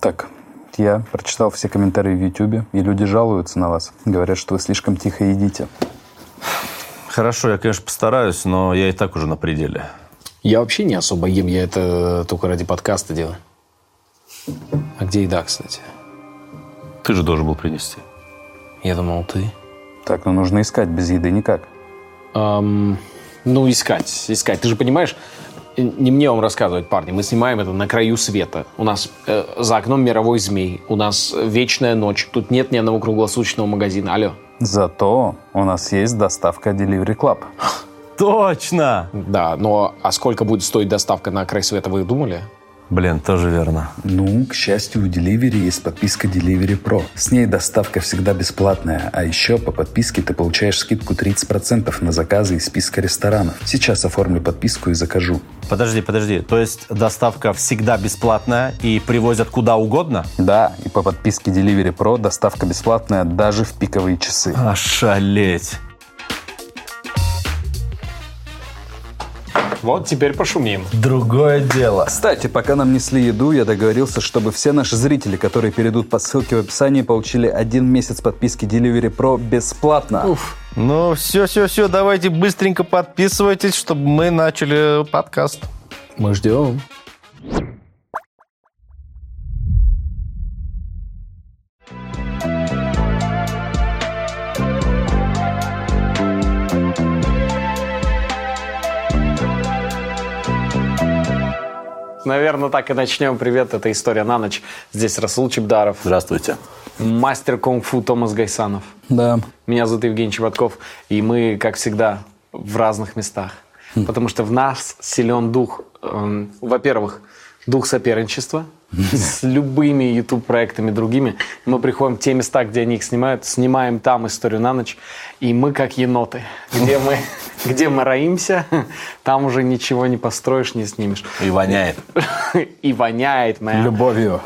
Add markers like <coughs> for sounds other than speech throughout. Так, я прочитал все комментарии в Ютубе, и люди жалуются на вас. Говорят, что вы слишком тихо едите. Хорошо, я, конечно, постараюсь, но я и так уже на пределе. Я вообще не особо ем, я это только ради подкаста делаю. А где еда, кстати? Ты же должен был принести. Я думал, ты. Так, ну нужно искать, без еды никак. Ам, ну, искать, искать. Ты же понимаешь, э, не мне вам рассказывать, парни. Мы снимаем это на краю света. У нас э, за окном мировой змей. У нас вечная ночь. Тут нет ни одного круглосуточного магазина. Алло. Зато у нас есть доставка Delivery Club. Точно! Да, но а сколько будет стоить доставка на край света, вы думали? Блин, тоже верно. Ну, к счастью, у Delivery есть подписка Delivery Pro. С ней доставка всегда бесплатная, а еще по подписке ты получаешь скидку 30% на заказы из списка ресторанов. Сейчас оформлю подписку и закажу. Подожди, подожди. То есть доставка всегда бесплатная и привозят куда угодно? Да, и по подписке Delivery Pro доставка бесплатная даже в пиковые часы. Ошалеть. Вот теперь пошумим. Другое дело. Кстати, пока нам несли еду, я договорился, чтобы все наши зрители, которые перейдут по ссылке в описании, получили один месяц подписки Delivery Pro бесплатно. Ну, все-все-все, давайте быстренько подписывайтесь, чтобы мы начали подкаст. Мы ждем. Наверное, так и начнем. Привет, это «История на ночь». Здесь Расул Чебдаров, Здравствуйте. мастер кунг-фу Томас Гайсанов. Да. Меня зовут Евгений Чеботков, и мы, как всегда, в разных местах. Потому что в нас силен дух, эм, во-первых, дух соперничества с любыми YouTube-проектами другими. Мы приходим в те места, где они их снимают, снимаем там историю на ночь, и мы как еноты. Где мы, где мы роимся, <laughs> там уже ничего не построишь, не снимешь. <laughs> И воняет. И воняет, моя. Любовью.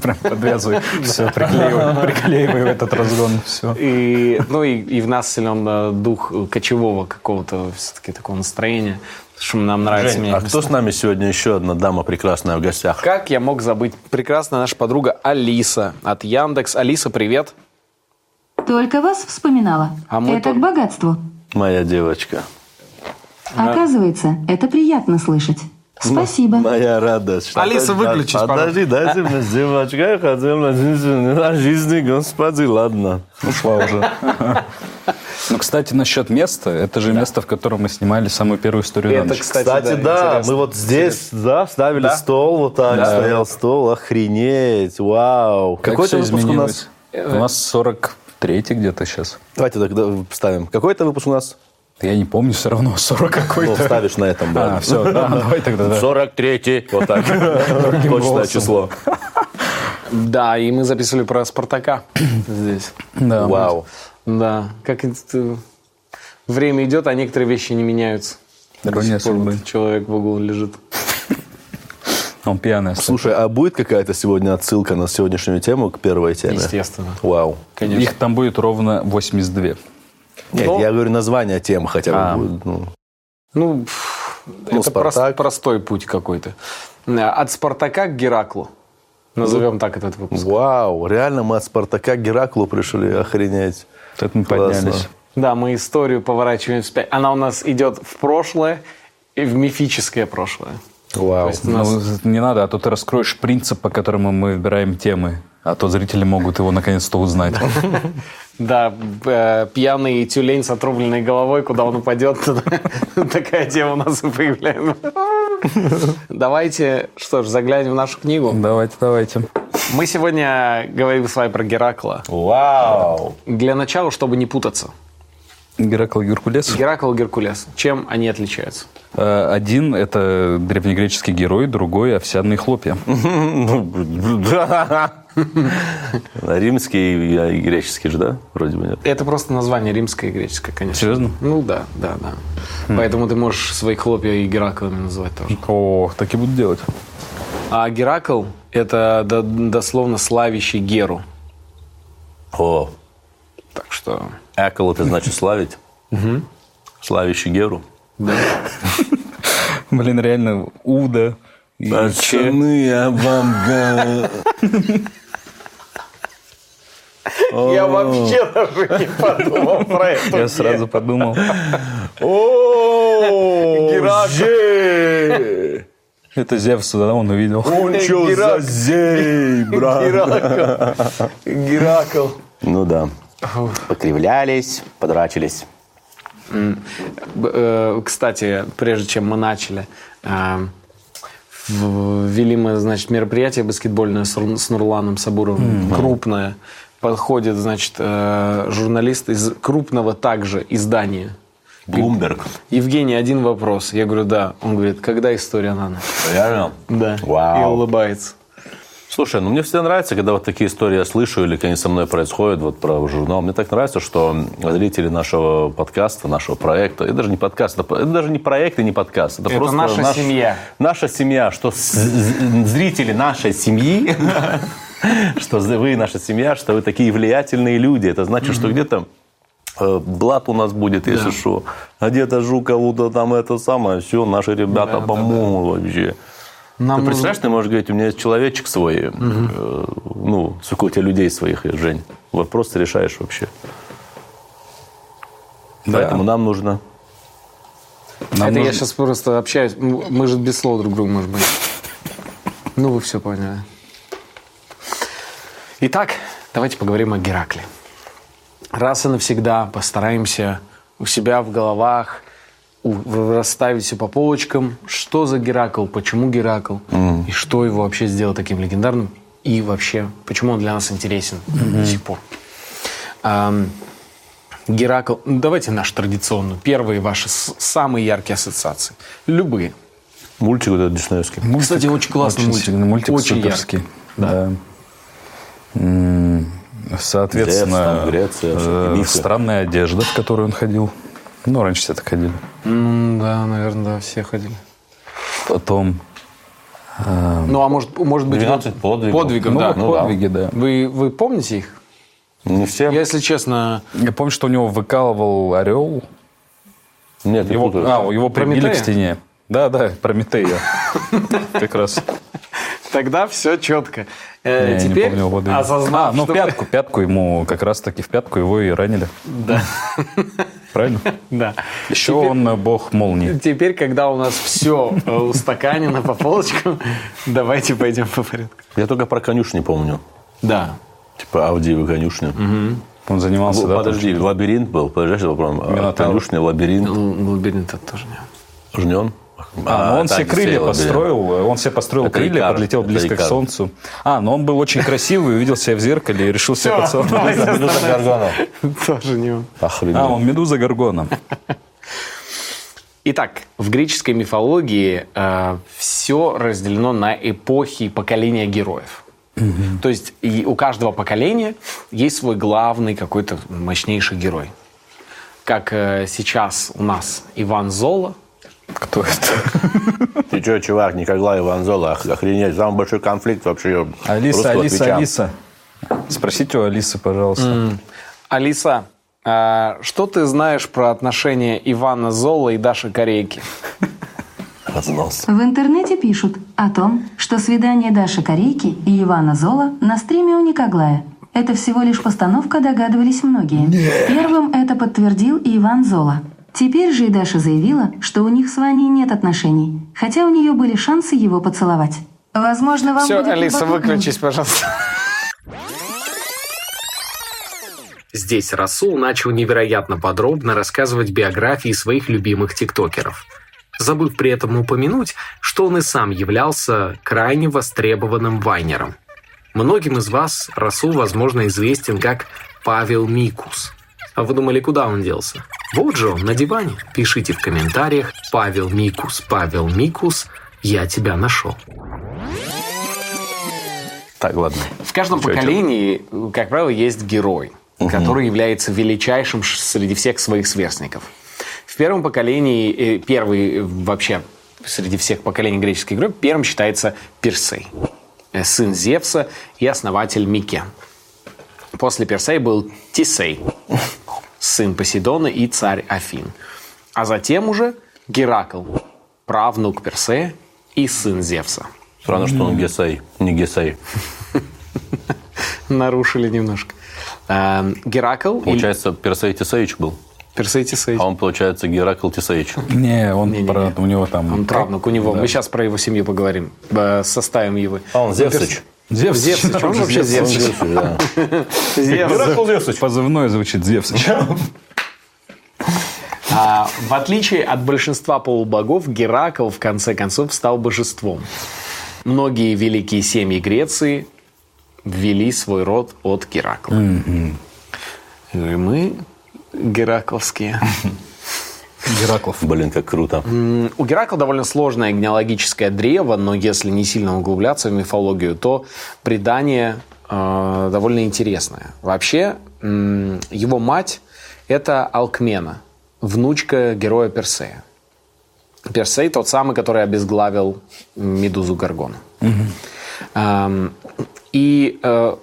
Прям подвязывай. Все, приклеивай, приклеивай в этот разгон. Все. И, ну и, и в нас силен э, дух кочевого какого-то все-таки такого настроения, потому что нам нравится Жень, меня. а кто с нами сегодня еще одна дама прекрасная в гостях? Как я мог забыть? Прекрасная наша подруга Алиса от Яндекс. Алиса, привет. Только вас вспоминала. А мы это тут- к богатству. Моя девочка. Оказывается, это приятно слышать. Спасибо. Моя радость. Алиса, выключись, Подожди, дайте мне девочка, я хотел на жизни, на жизни, господи, ладно. Ушла уже. Ну, кстати, насчет места. Это же место, в котором мы снимали самую первую историю на Это, ночь. кстати, Кстати, да, интересно. мы вот здесь, да, ставили стол, вот так стоял стол, охренеть, вау. Как Какой-то всё выпуск у изменилось? нас? Э, У нас 43-й где-то сейчас. Давайте тогда вставим. Какой это выпуск у нас? Я не помню все равно, 40 Ну, какой-то. вставишь на этом, А, да. все, <laughs> да, давай тогда, да. 43-й, вот <laughs> так. Точное голосом. число. Да, и мы записывали про Спартака <coughs> здесь. Да. Вау. Да, как это- время идет, а некоторые вещи не меняются. До Ирония сих пор судьбы. вот человек в углу лежит. Он пьяный. остался. Слушай, а будет какая-то сегодня отсылка на сегодняшнюю тему к первой теме? Естественно. Вау. Их там будет ровно 82. Нет, Ну- я говорю название темы хотя А. бы. будет, ну. Ну, пф, Ну, это прос- «Спартак». простой путь какой-то. Да, От Спартака к Гераклу. Назовем так этот выпуск. Вау, реально мы от Спартака к Гераклу пришли, охренеть. Тут мы Классно. поднялись. Да, мы историю поворачиваем вспять. Она у нас идет в прошлое и в мифическое прошлое. То Вау. есть у нас- Ну, не надо, а то ты раскроешь принцип, по которому мы выбираем темы. А то зрители могут его наконец-то узнать. да, э, пьяный тюлень с отрубленной головой, куда он упадет, <laughs> туда- такая тема у нас и появляется. Давайте, что ж, заглянем в нашу книгу. Давайте, давайте. Мы сегодня говорим с вами про Геракла. <laughs> Вау. Для начала, чтобы не путаться. Геракл и Геркулес. Геракл и Геркулес. Чем они отличаются? Э, Один – это древнегреческий герой, другой – овсяные хлопья. Ну, Римский и и греческий же, да? Вроде бы нет. Это просто название римское и греческое, конечно. Серьезно? Ну да, да, да. Поэтому ты можешь свои хлопья и Гераклами называть тоже. О, так и буду делать. А Геракл – это до- дословно славящий Геру. О, Так что... Экол это значит славить. Славящий Геру. Блин, реально, Уда И че- Пацаны, я вам... га- Я вообще даже не подумал про это. Я сразу подумал. О, Геракл. зей! Это Зевс, да, он увидел. Он чё за Геракл. зей, брат? Геракл. Геракл. Ну да. Покривлялись, подрачились. Б- э, Кстати, прежде чем мы начали, э, в- ввели мы, значит, мероприятие баскетбольное с Рур- с Нурланом Сабуровым, крупное. Подходит, значит, э, журналист из крупного также издания. Блумберг. Евгений, один вопрос. Я говорю, да. Он говорит, когда история Нана? Реально? Да. И Вау. улыбается. Слушай, ну мне всегда нравится, когда вот такие истории я слышу или они со мной происходят, вот про журнал. Мне так нравится, что зрители нашего подкаста, нашего проекта, это даже не подкаст, это, это даже не проект и не подкаст. Это, Это просто наша семья. Наша семья, что с- з- зрители нашей семьи, <laughs> что з- вы наша семья, что вы такие влиятельные люди. Это значит, что где-то э, Блат у нас будет, если что. А где-то Жукову-то там это самое. Все, наши ребята помогут вообще. Нам Ты представляешь, ты можешь говорить, у меня есть человечек свой, э, ну, сколько у тебя людей своих, э, Жень. Вопрос ты решаешь вообще. Поэтому нам нужно. Нам это я нужно- сейчас просто общаюсь. М, Мы же без слова друг другу, может быть. Ну, вы все поняли. Итак, давайте поговорим о Геракле. Раз и навсегда постараемся у себя в головах у- в- расставить все по полочкам. Что за Геракл, почему Геракл, и что его вообще сделал таким легендарным, и вообще, почему он для нас интересен до сих пор. Ам, Геракл. Ну, Давайте наш традиционный. Первые ваши с- самые яркие ассоциации. Любые. Мультик вот этот диснеевский. Кстати, очень классный Очень мультик. сильный мультик, Очень суперский. яркий. Да. М, Соответственно, Зевс там, Греция, всякие э, мифы. странная одежда, в которую он ходил. Ну, раньше все так ходили. М, Ну Да, наверное, да, все ходили. Потом... Ну, а может, может быть... 12 вот- подвигов. Подвигов, ну, да. вот подвиги, да. Вы, вы помните их? Не все? Я, если честно, Я помню, что у него выкалывал орел. Нет, ты Его, путаешь. а, его прибили Прометея? к стене. Да, да, Прометея. Как раз. тогда все четко. Я не Э, теперь помню его имя. осознав, А, ну что- пятку, пятку ему, как раз таки в пятку его и ранили. Да, <laughs> Правильно? <laughs> да. Еще он э, бог молнии. Теперь, когда у нас все устаканено по полочкам, <laughs> давайте пойдем по порядку. Я только про конюшни помню. Да. Типа Авдиева конюшня. Он Бу- занимался, да? там Подожди, лабиринт был. Подожди, вопрос. Минотавр. Конюшня, лабиринт. Лабиринт Ну, это тоже не. Жнен. А, ну он себе крылья построил, э, он себе построил Это крылья, Икар, подлетел это близко к Икар. солнцу. А, ну он был очень красивый, увидел себя в зеркале и решил себя поцеловать. <laughs> Медуза Гаргона. <laughs> Тоже не он. А, Охренеть. он Медуза Гаргона. Итак, в греческой мифологии все разделено на эпохи и поколения героев. То есть и у каждого поколения есть свой главный какой-то мощнейший герой. Как э, сейчас у нас Иван Зола. Кто это? Ты че, чувак, Николай Иванзола, ох- охренеть. Самый большой конфликт вообще Алиса, русского Алиса, твича. Алиса. Спросите у Алисы, пожалуйста. Алиса, э, что ты знаешь про отношения Ивана Зола и Даши Корейки? Разнос. В интернете пишут о том, что свидание Даши Корейки и Ивана Зола на стриме у Никоглая. Это всего лишь постановка, догадывались многие. Первым это подтвердил и Иван Зола. Теперь же и Даша заявила, что у них с Ваней нет отношений, хотя у нее были шансы его поцеловать. Возможно, вам Все, будет Алиса, любопытно выключись, пожалуйста. Здесь Расул начал невероятно подробно рассказывать биографии своих любимых тиктокеров, забыв при этом упомянуть, что он и сам являлся крайне востребованным вайнером. Многим из вас Расул, возможно, известен как Павел Микус. А вы думали, куда он делся? Вот же он, на диване. Пишите в комментариях «Павел Микус, Павел Микус, я тебя нашел». Так, ладно. В каждом поколении, как правило, есть герой, который является величайшим ш- среди всех своих сверстников. В первом поколении, э, первый э, вообще среди всех поколений греческих героев, первым считается Персей, э, сын Зевса и основатель Микен. После Персей был Тисей, сын Посейдона и царь Афин. А затем уже Геракл, правнук Персея и сын Зевса. Странно, что он Гесай, не Гесай. Нарушили немножко. А, Геракл или Получается, Персей Тесеич был, Персей Тесей. а он, получается, Геракл Тесеич. Не, он про- у него там... Он ну, правнук у него. Мы сейчас про его семью поговорим. Э, Составим его. Ну, А он Зевсыч. Зевс. Зевсыч, он вообще Зевсыч. да. Зевс. Позывной звучит Зевс. А, в отличие от большинства полубогов, Геракл в конце концов стал божеством. Многие великие семьи Греции ввели свой род от Геракла. И мы геракловские. Гераклов. Блин, как круто. У Геракла довольно сложное генеалогическое древо, но если не сильно углубляться в мифологию, то предание э, довольно интересное. Вообще, м, его мать – это Алкмена, внучка героя Персея. Персей – тот самый, который обезглавил Медузу Гаргону. Эм, И э,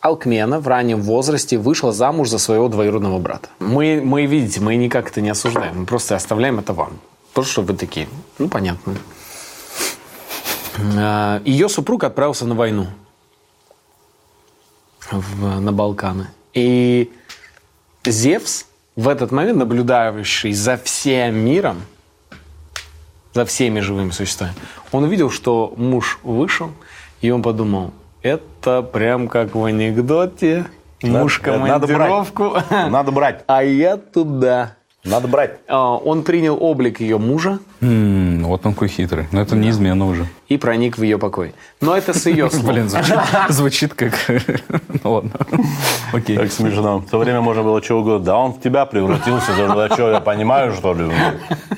Алкмена в раннем возрасте вышла замуж за своего двоюродного брата. Мы, мы видите, мы никак это не осуждаем. Мы просто оставляем это вам. Потому что вы такие, ну, понятно. Э, Ее супруг отправился на войну в- на Балканы. И Зевс, в этот момент наблюдающий за всем миром, за всеми живыми существами. Он увидел, что муж вышел, и он подумал, это прям как в анекдоте. Муж Надо- надо брать. командировку, <laughs> Надо брать, а я туда. надо брать. А, Он принял облик ее мужа М, Вот он какой хитрый. Но это не измена уже. и проник в ее покой. Но это с <laughs> ее слов. <laughs> Блин, звучит, звучит как... <laughs> Ну ладно. Окей. Как смешно. В то время можно было чего угодно. Да он в тебя превратился. Да что, я понимаю, что ли?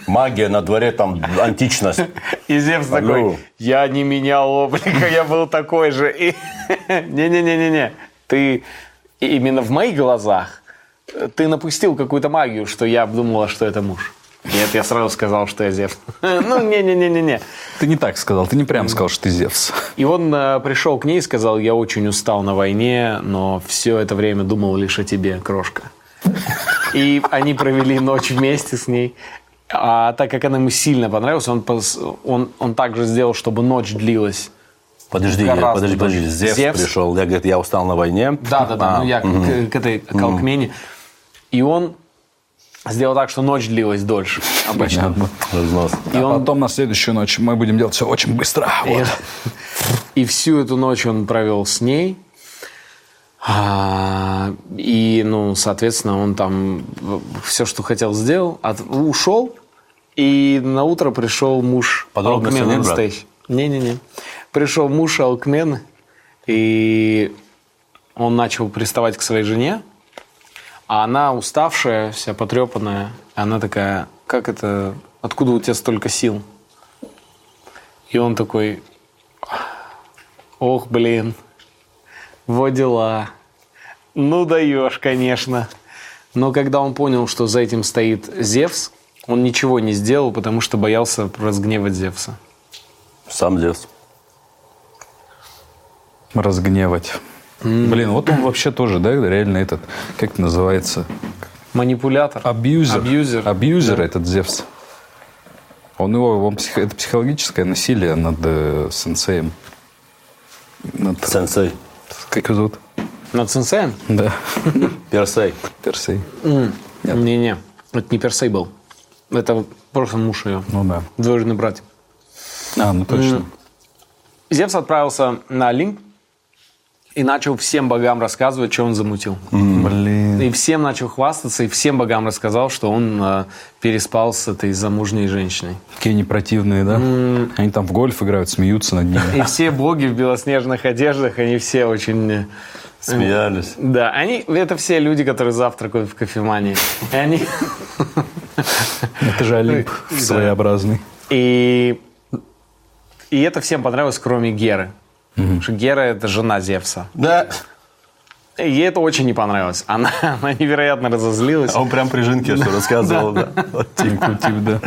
Магия на дворе, там, античность. И Зевс Алло. такой, я не менял облика, я был такой же. И Не-не-не-не-не, ты именно в моих глазах, э, ты напустил какую-то магию, что я думала, что это муж. Нет, я сразу сказал, что я Зевс. <laughs> Ну, не-не-не-не-не. Ты не так сказал. Ты не прям сказал, что ты Зевс. И он э, пришел к ней и сказал, я очень устал на войне, но все это время думал лишь о тебе, крошка. И они провели ночь вместе с ней. А так как она ему сильно понравилась, он, пос- он, он также сделал, чтобы ночь длилась. Подожди, я- Гораздо подожди, подожди. дольше. Зевс, Зевс. пришел. Я, говорит, я устал на войне. Да, да, да. А, ну, я к- к, к этой к Алкмене. И он сделал так, что ночь длилась дольше обычно. Разнос. И И он- А потом на следующую ночь мы будем делать все очень быстро. Вот. И всю эту ночь он провел с ней. А, И, ну, соответственно, он там все, что хотел, сделал, от- ушел. И на утро пришел муж Подробности Алкмена нет, брат? настоящий. Не-не-не. Пришел муж Алкмен, и он начал приставать к своей жене. А она уставшая, вся потрепанная. Она такая, как это, откуда у тебя столько сил? И он такой, ох, блин, вот дела. Ну, даешь, конечно. Но когда он понял, что за этим стоит Зевс, он ничего не сделал, потому что боялся разгневать Зевса. Сам Зевс. Разгневать. Блин, вот он вообще тоже, да, реально этот, как это называется, Манипулятор. А абьюзер. Абьюзер. Абьюзер этот Зевс. Он его, он псих- это психологическое насилие над э, сенсеем. Над, Сенсей. как его зовут? Над сенсеем? Да, Персей. Персей. Не-не, это не Персей был. Это просто муж ее. Ну да. Двоюродный брат. А, ну точно. Зевс отправился на Олимп и начал всем богам рассказывать, что он замутил. Блин. И всем начал хвастаться, и всем богам рассказал, что он э, переспал с этой замужней женщиной. Какие они противные, да? Они там в гольф играют, смеются над ними. <laughs> И все боги в белоснежных одеждах, они все очень... э, Смеялись. Да, они, это все люди, которые завтракают в кофемании. И они... Это же Олимп Да. своеобразный. И, и это всем понравилось, кроме Геры. Потому что Гера – это жена Зевса. Да. И ей это очень не понравилось. Она, <laughs> она невероятно разозлилась. А он прям при жинке что рассказывал. да. типа. Тип, да.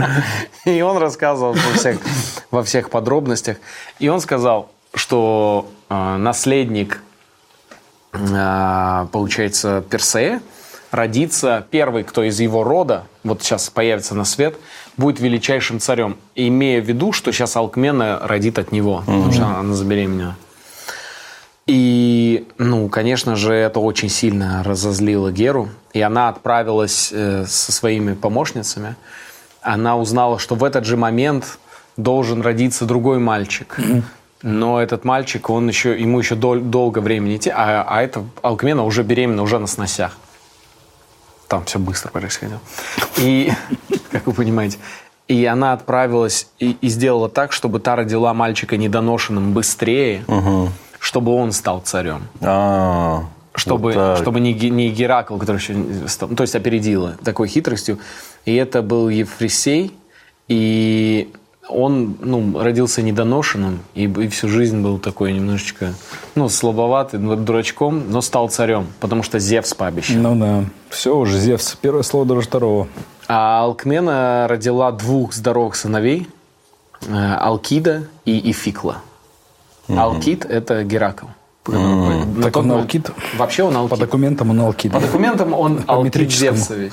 <laughs> И он рассказывал во всех, во всех подробностях. И он сказал, что э, наследник, э, получается, Персея, родится первый, кто из его рода, вот сейчас появится на свет, будет величайшим царем, имея в виду, что сейчас Алкмена родит от него, потому что она забеременела. И, ну, конечно же, это очень сильно разозлило Геру. И она отправилась э, со своими помощницами. Она узнала, что в этот же момент должен родиться другой мальчик. Но этот мальчик, он еще, ему еще дол- долго времени идти, а, а эта Алкмена уже беременна, уже на сносях. Там все быстро происходило. И, <laughs> как вы понимаете, и она отправилась и, и сделала так, чтобы та родила мальчика недоношенным быстрее, чтобы он стал царем. А, Чтобы, вот так. чтобы не, Ге- не Геракл, который еще не стал- ну, то есть опередила такой хитростью. И это был Ефресей, и он ну, родился недоношенным, и, б- и всю жизнь был такой немножечко ну, слабоватый, ну, дурачком, но стал царем, потому что Зевс пообещал. Ну да. Все уже, Зевс. Первое слово дороже второго. А Алкмена родила двух здоровых сыновей, э, Алкида и Ификла. Алкид – это Геракл. На Так тот он момент- Алкид? Вообще он По Алкид. документам он алкид. По документам он По Алкид метрическому. Зевсович.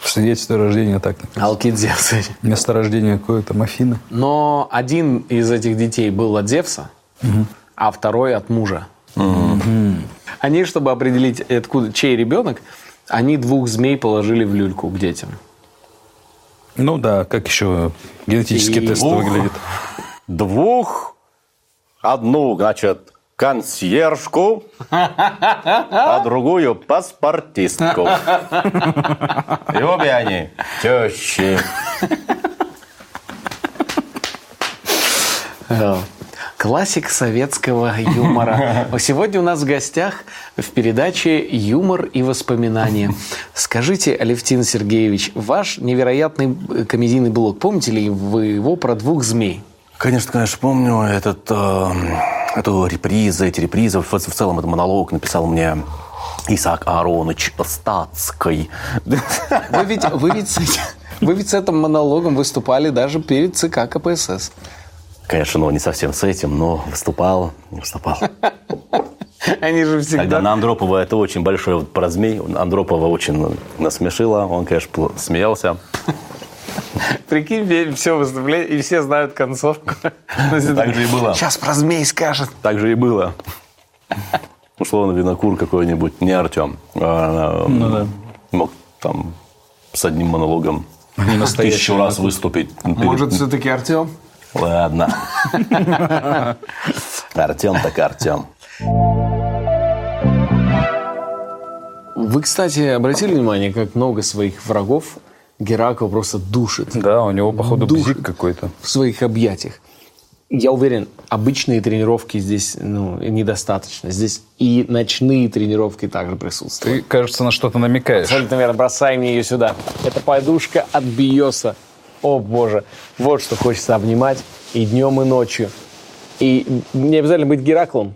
В свидетельстве рождения так. Алкид Зевсович. Место рождения какое-то, Мафина. Но один из этих детей был от Зевса, а второй от мужа. Они, чтобы определить, откуда, чей ребенок, они двух змей положили в люльку к детям. Ну да, как еще генетический И- тест Ух. выглядит. Двух, одну, значит, консьержку, а другую паспортистку. И обе они тещи. Да. Э, Классик советского <laughs> юмора. Сегодня у нас в гостях в передаче «Юмор и воспоминания». Скажите, Алевтин Сергеевич, ваш невероятный э, комедийный блог, помните ли вы его про двух змей? Конечно, конечно, помню этот, э, эту репризы, эти репризы. В, в целом, этот монолог написал мне Исаак Ааронович Стацкой. Вы ведь, вы ведь, с этим- вы ведь с этим монологом выступали даже перед ЦК КПСС. Конечно, но не совсем с этим, но выступал, не выступал. Они же Тогда на Андропова это очень большое вот про змей. Андропова очень насмешила. Он, конечно, пл- смеялся. Прикинь, все выступление, и все знают концовку. Ну, Так же и было. Сейчас про змей скажет. Так же и было. Условно, винокур какой-нибудь, не Артем. а, э, Мог там с одним монологом тысячу раз выступить. Может, все-таки Артем? Ладно. <laughs> Артем так Артем. Вы, кстати, обратили внимание, как много своих врагов Геракл просто душит Да, у него, походу, Душ. бзик какой-то. в своих объятиях. Я уверен, обычные тренировки здесь ну, недостаточно. Здесь и ночные тренировки также присутствуют. Ты, кажется, на что-то намекаешь. Смотри, наверное, бросай мне ее сюда. Это подушка от Биоса. О, боже. Вот что хочется обнимать и днем, и ночью. И не обязательно быть Гераклом,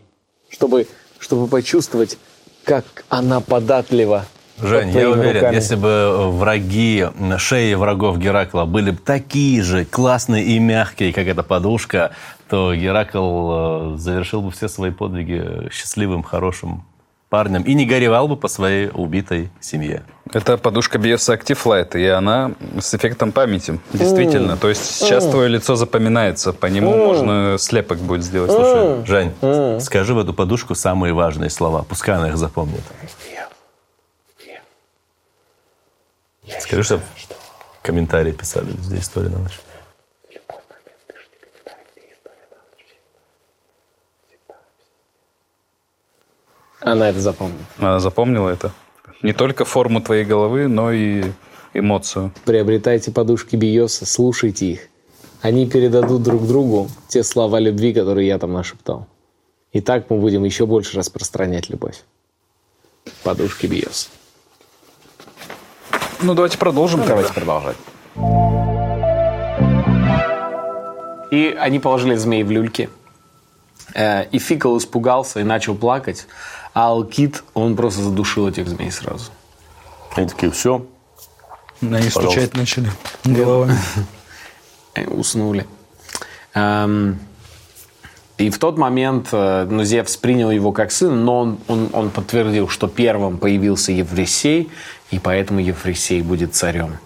чтобы, чтобы почувствовать, как она податлива. Жень, под я твоими уверен, руками. если бы э, враги, шеи врагов Геракла были бы такие же классные и мягкие, как эта подушка, то Геракл э, завершил бы все свои подвиги счастливым, хорошим парнем и не горевал бы по своей убитой семье. Это подушка Биоса Active Light, и она с эффектом памяти. Действительно. То есть сейчас твое лицо запоминается. По нему можно слепок будет сделать. Слушай, Жень, скажи в эту подушку самые важные слова, пускай она их запомнит. Скажи, чтобы комментарии писали, где история на ночь. Она это запомнит. она а, запомнила это? Не только форму твоей головы, но и эмоцию. Приобретайте подушки Биоса, слушайте их. Они передадут друг другу те слова любви, которые я там нашептал. И так мы будем еще больше распространять любовь. Подушки Биоса. Ну, давайте продолжим. Давайте продолжать. И они положили змей в люльки. Э, И Фикл испугался и начал плакать. А Алкид, он просто задушил этих змей сразу. Они такие, все, Они стучать начали. Головами. Э, Уснули. Эм, И в тот момент э, ну, Зевс принял его как сын, но он, он, он подтвердил, что первым появился Еврисей, и поэтому Еврисей будет царем.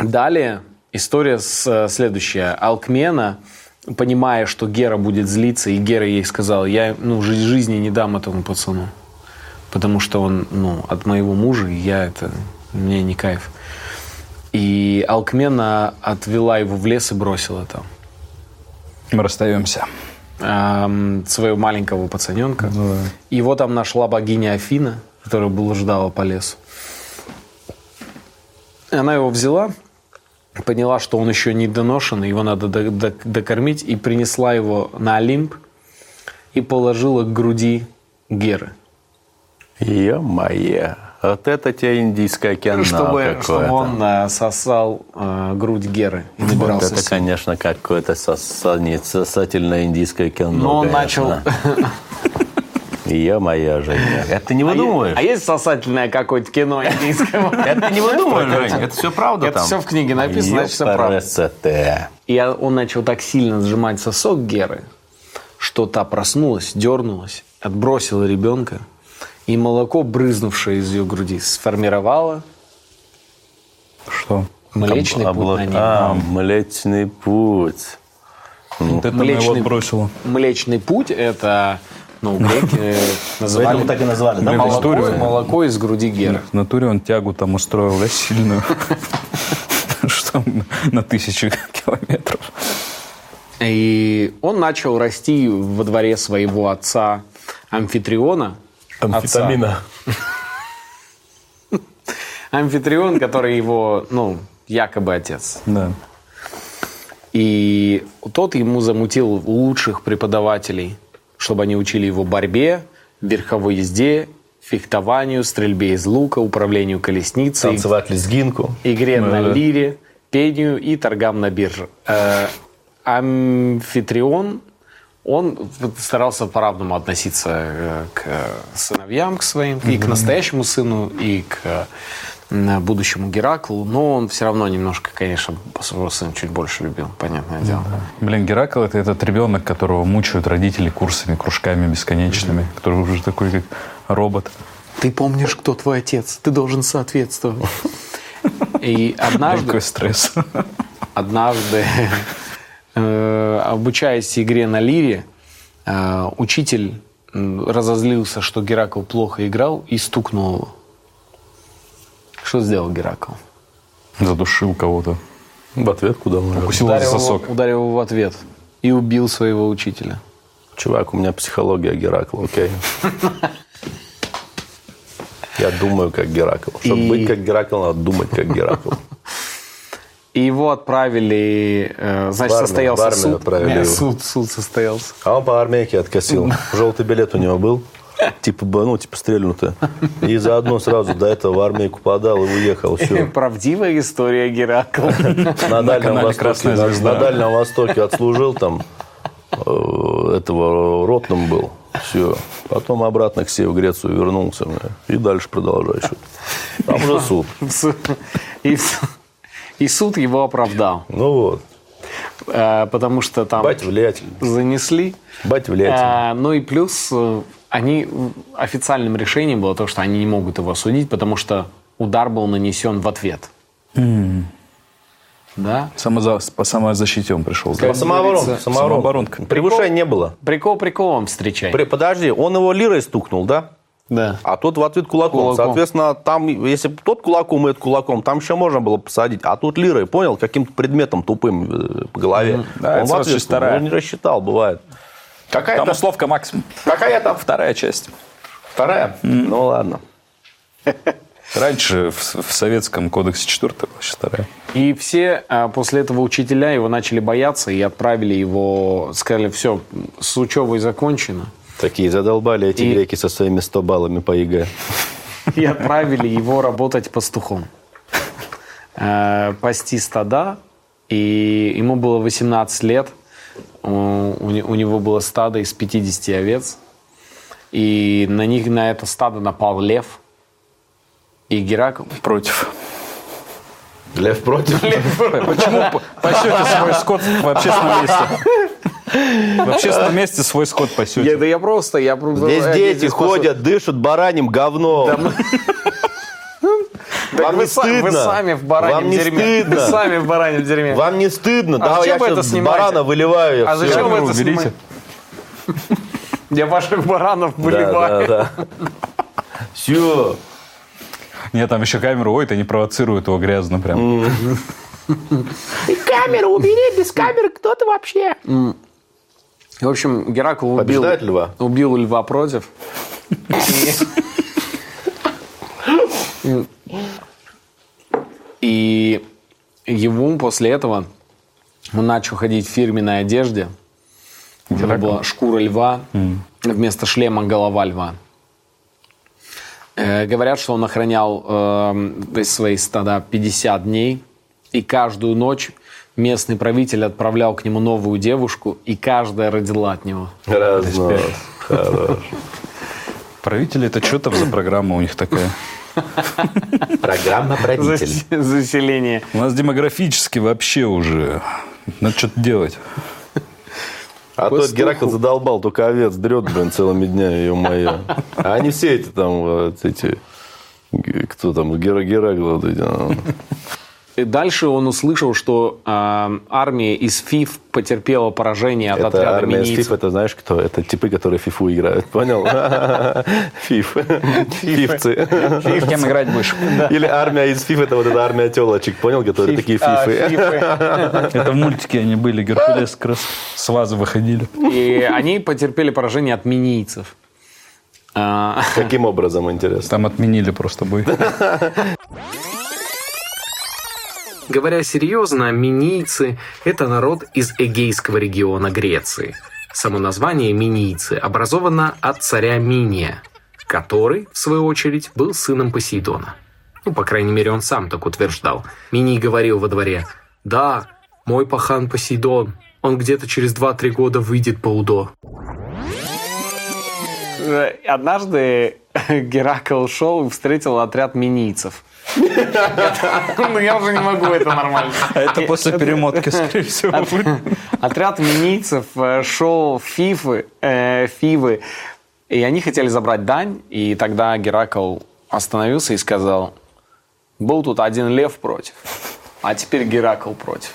Далее история с, э, следующая. Алкмена, понимая, что Гера будет злиться, и Гера ей сказал, я ну, жи- жизни не дам этому пацану, потому что он ну, от моего мужа, и я это, мне не кайф. И Алкмена отвела его в лес и бросила там Мы расстаемся. эм, своего маленького пацаненка. Ну Его там нашла богиня Афина, которая блуждала по лесу. И Она его взяла, поняла, что он еще не доношен, его надо до- до- докормить, и принесла его на Олимп и положила к груди Геры. Е-мое. Вот это тебе индийская океан. чтобы, чтобы он э, сосал э, грудь Геры и Вот набирался это, сил. конечно, какое-то сосание, сосательное индийское кино. Но он начал... Ее моя Женя. Это ты не выдумываешь. А есть сосательное какое-то кино индийское? <laughs> Это ты не выдумываешь, Жень. Это все правда Это там. все в книге написано, значит, все правда. правда. И я- он начал так сильно сжимать сосок Геры, что та проснулась, дернулась, отбросила ребенка, и молоко, брызнувшее из ее груди, сформировало Что? млечный путь на ней. А, Млечный путь. Вот это Млечный- мы его бросило. Млечный путь – это, ну, греки э, называли Поэтому так и назвали, да, молоко, историю? молоко из груди Геры. В натуре он тягу там устроил, да, сильную. Что на тысячу километров. И он начал расти во дворе своего отца Амфитриона. Амфетамина. Амфитрион, который его, ну, якобы отец. Да. И тот ему замутил лучших преподавателей, чтобы они учили его борьбе, верховой езде, фехтованию, стрельбе из лука, управлению колесницей, Танцевать лезгинку. игре на лире, пению и торгам на бирже. Э, Амфитрион, он старался по-равному относиться э, к сыновьям, к своим, и к настоящему сыну, и к э, м, будущему Гераклу, но он все равно немножко, конечно, своего сына чуть больше любил, понятное дело. Блин, Геракл это этот ребенок, которого мучают родители курсами, кружками бесконечными, который уже такой как робот. Ты помнишь, кто твой отец, ты должен соответствовать. И однажды Такой стресс. однажды, <laughs> э, обучаясь игре на лире, э, учитель м, разозлился, что Геракл плохо играл, и стукнул его. Что сделал Геракл? Задушил кого-то. В ответ куда он? Укусил за сосок. его, ударил его в ответ и убил своего учителя. Чувак, у меня психология Геракла, окей? Я думаю, как Геракл. Чтобы И- быть как Геракл, надо думать, как Геракл. И его отправили, э, значит, В армию, в состоялся армию суд. отправили Э, его. суд. Суд состоялся. А он по армейке откосил. Желтый билет у него был. Типа, б- ну, типа стрельнутый. И заодно сразу до этого в армейку подал и уехал. Все. <laughs> Правдивая история Геракла. На Дальнем канале Востоке. «Красная на- звезда». На Дальнем Востоке отслужил там. э, Этого ротным был. Все. Потом обратно к себе в Грецию вернулся. бля. И дальше продолжай что Там же суд. И су- И суд его оправдал, Ну вот. э, потому что там Бать влиятельный. занесли. Бать влиятельный. А, ну и плюс э, они в- официальным решением было то, что они не могут его осудить, потому что удар был нанесен в ответ. Да? Самоза- По самозащите он пришел. да? Ну, Самооборонка. Самооборонка. Самооборонка. Превышения не было. Прикол приколом встречай. При- Подожди, он его лирой стукнул, да? Да. А тот в ответ кулаком. Кулаком. Соответственно, там, если б тот кулаком и этот кулаком, там еще можно было посадить. А тут лирой, понял, каким-то предметом тупым э, по голове. Да, это он в ответ 46 стукнул, вторая. он не рассчитал, бывает. Какая Там условка максимум. Какая там Вторая часть. вторая? Ну ладно. Раньше в, в советском кодексе четвертая была, сейчас вторая. И все а, после этого учителя его начали бояться и отправили его, сказали, все, с учебой закончено. Такие задолбали эти И- греки со своими 100 баллами по ЕГЭ. и отправили его работать пастухом. Э, Пасти стада, и ему было 18 лет, у, у не- у него было стадо из 50 овец, и на них, на это стадо напал лев, и Геракл Против. Лев против. Ну, Почему п- пасете свой скот в общественном месте? В общественном месте свой скот Я, пасете. да я просто, я... Здесь дети ходят, дышат бараним говном. Вам Вам не вы, стыдно. вы стыдно? сами в бараньем Вам не дерьме. стыдно? Вы сами в бараньем дерьме. Вам не стыдно? Да, А зачем я вы это сейчас снимаете? барана выливаю. я А всё. зачем вы это Камеру уберите. снимаете? <laughs> Я ваших баранов Да, выливаю. да, да. Все. Нет, там еще камеру, ой, ты не провоцирует его грязно прям. Камеру убери, без камеры кто ты вообще? В общем, Геракл убил... Побеждает льва? Убил льва против. И- И ему после этого он начал ходить в фирменной одежде. У него была шкура льва, вместо шлема голова льва. Э, говорят, что он охранял эм, свои стада 50 дней, и каждую ночь местный правитель отправлял к нему новую девушку, и каждая родила от него. Разнос. Хорош. Правители это что там за программа у них такая? Программа правитель. Зас- Заселение. У нас демографически вообще уже. Надо что-то делать. А тот Геракл задолбал, только овец дрет, блин, целыми днями, ее мое А они все эти там, вот эти, г- кто там, Гера Геракл, вот эти, а. И дальше он услышал, что а, армия из ФИФ потерпела поражение от Это отряда армия из минийцев. фиф, это знаешь кто? Это типы, которые в фифу играют, понял? <laughs> Фиф. Фифцы. Кем играть будешь? Или армия из фиф, это вот эта армия телочек, понял, которые такие А, фифы. Это в мультике они были, Геркулес как раз с вазы выходили. И они потерпели поражение от минийцев. А, Каким образом, интересно? Там отменили просто бой. Говоря серьезно, минийцы – это народ из эгейского региона Греции. Само название минийцы образовано от царя Миния, который, в свою очередь, был сыном Посейдона. Ну, по крайней мере, он сам так утверждал. Миний говорил во дворе «Да, мой пахан Посейдон, он где-то через 2-3 года выйдет по УДО». Э, Однажды <laughs> Геракл шел и встретил отряд минийцев. Ну, я уже не могу это нормально. А Это после перемотки, скорее А всего. Отряд минийцев э, шел в фифы, э, фивы, и они хотели забрать дань, и тогда Геракл остановился и сказал, был тут один лев против, а теперь Геракл против.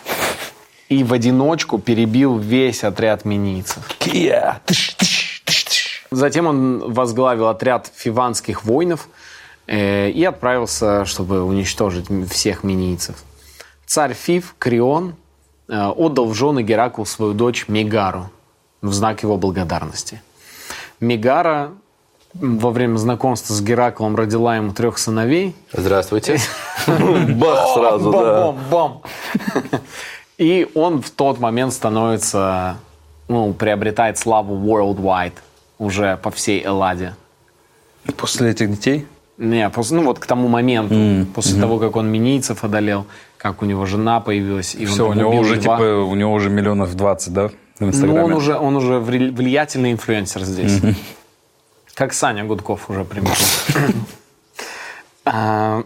И в одиночку перебил весь отряд минийцев. Затем он возглавил отряд фиванских воинов э, и отправился, чтобы уничтожить м- всех минийцев. Царь Фив, Крион, э, отдал в жены Гераклу свою дочь Мегару в знак его благодарности. Мегара м, во время знакомства с Гераклом родила ему трех сыновей. Здравствуйте. Бах сразу, да. Бом-бом-бом. <laughs> И он в тот момент становится, ну, приобретает славу worldwide уже по всей Элладе. После этих детей? Не, после, ну вот к тому моменту, после того, как он минийцев одолел, как у него жена появилась. И он Все, у там него убил уже льва. типа, у него уже миллионов 20, да? В Ну, Инстаграме. он уже, он уже ври- влиятельный инфлюенсер здесь. Как Саня Гудков уже <laughs> примерно. А,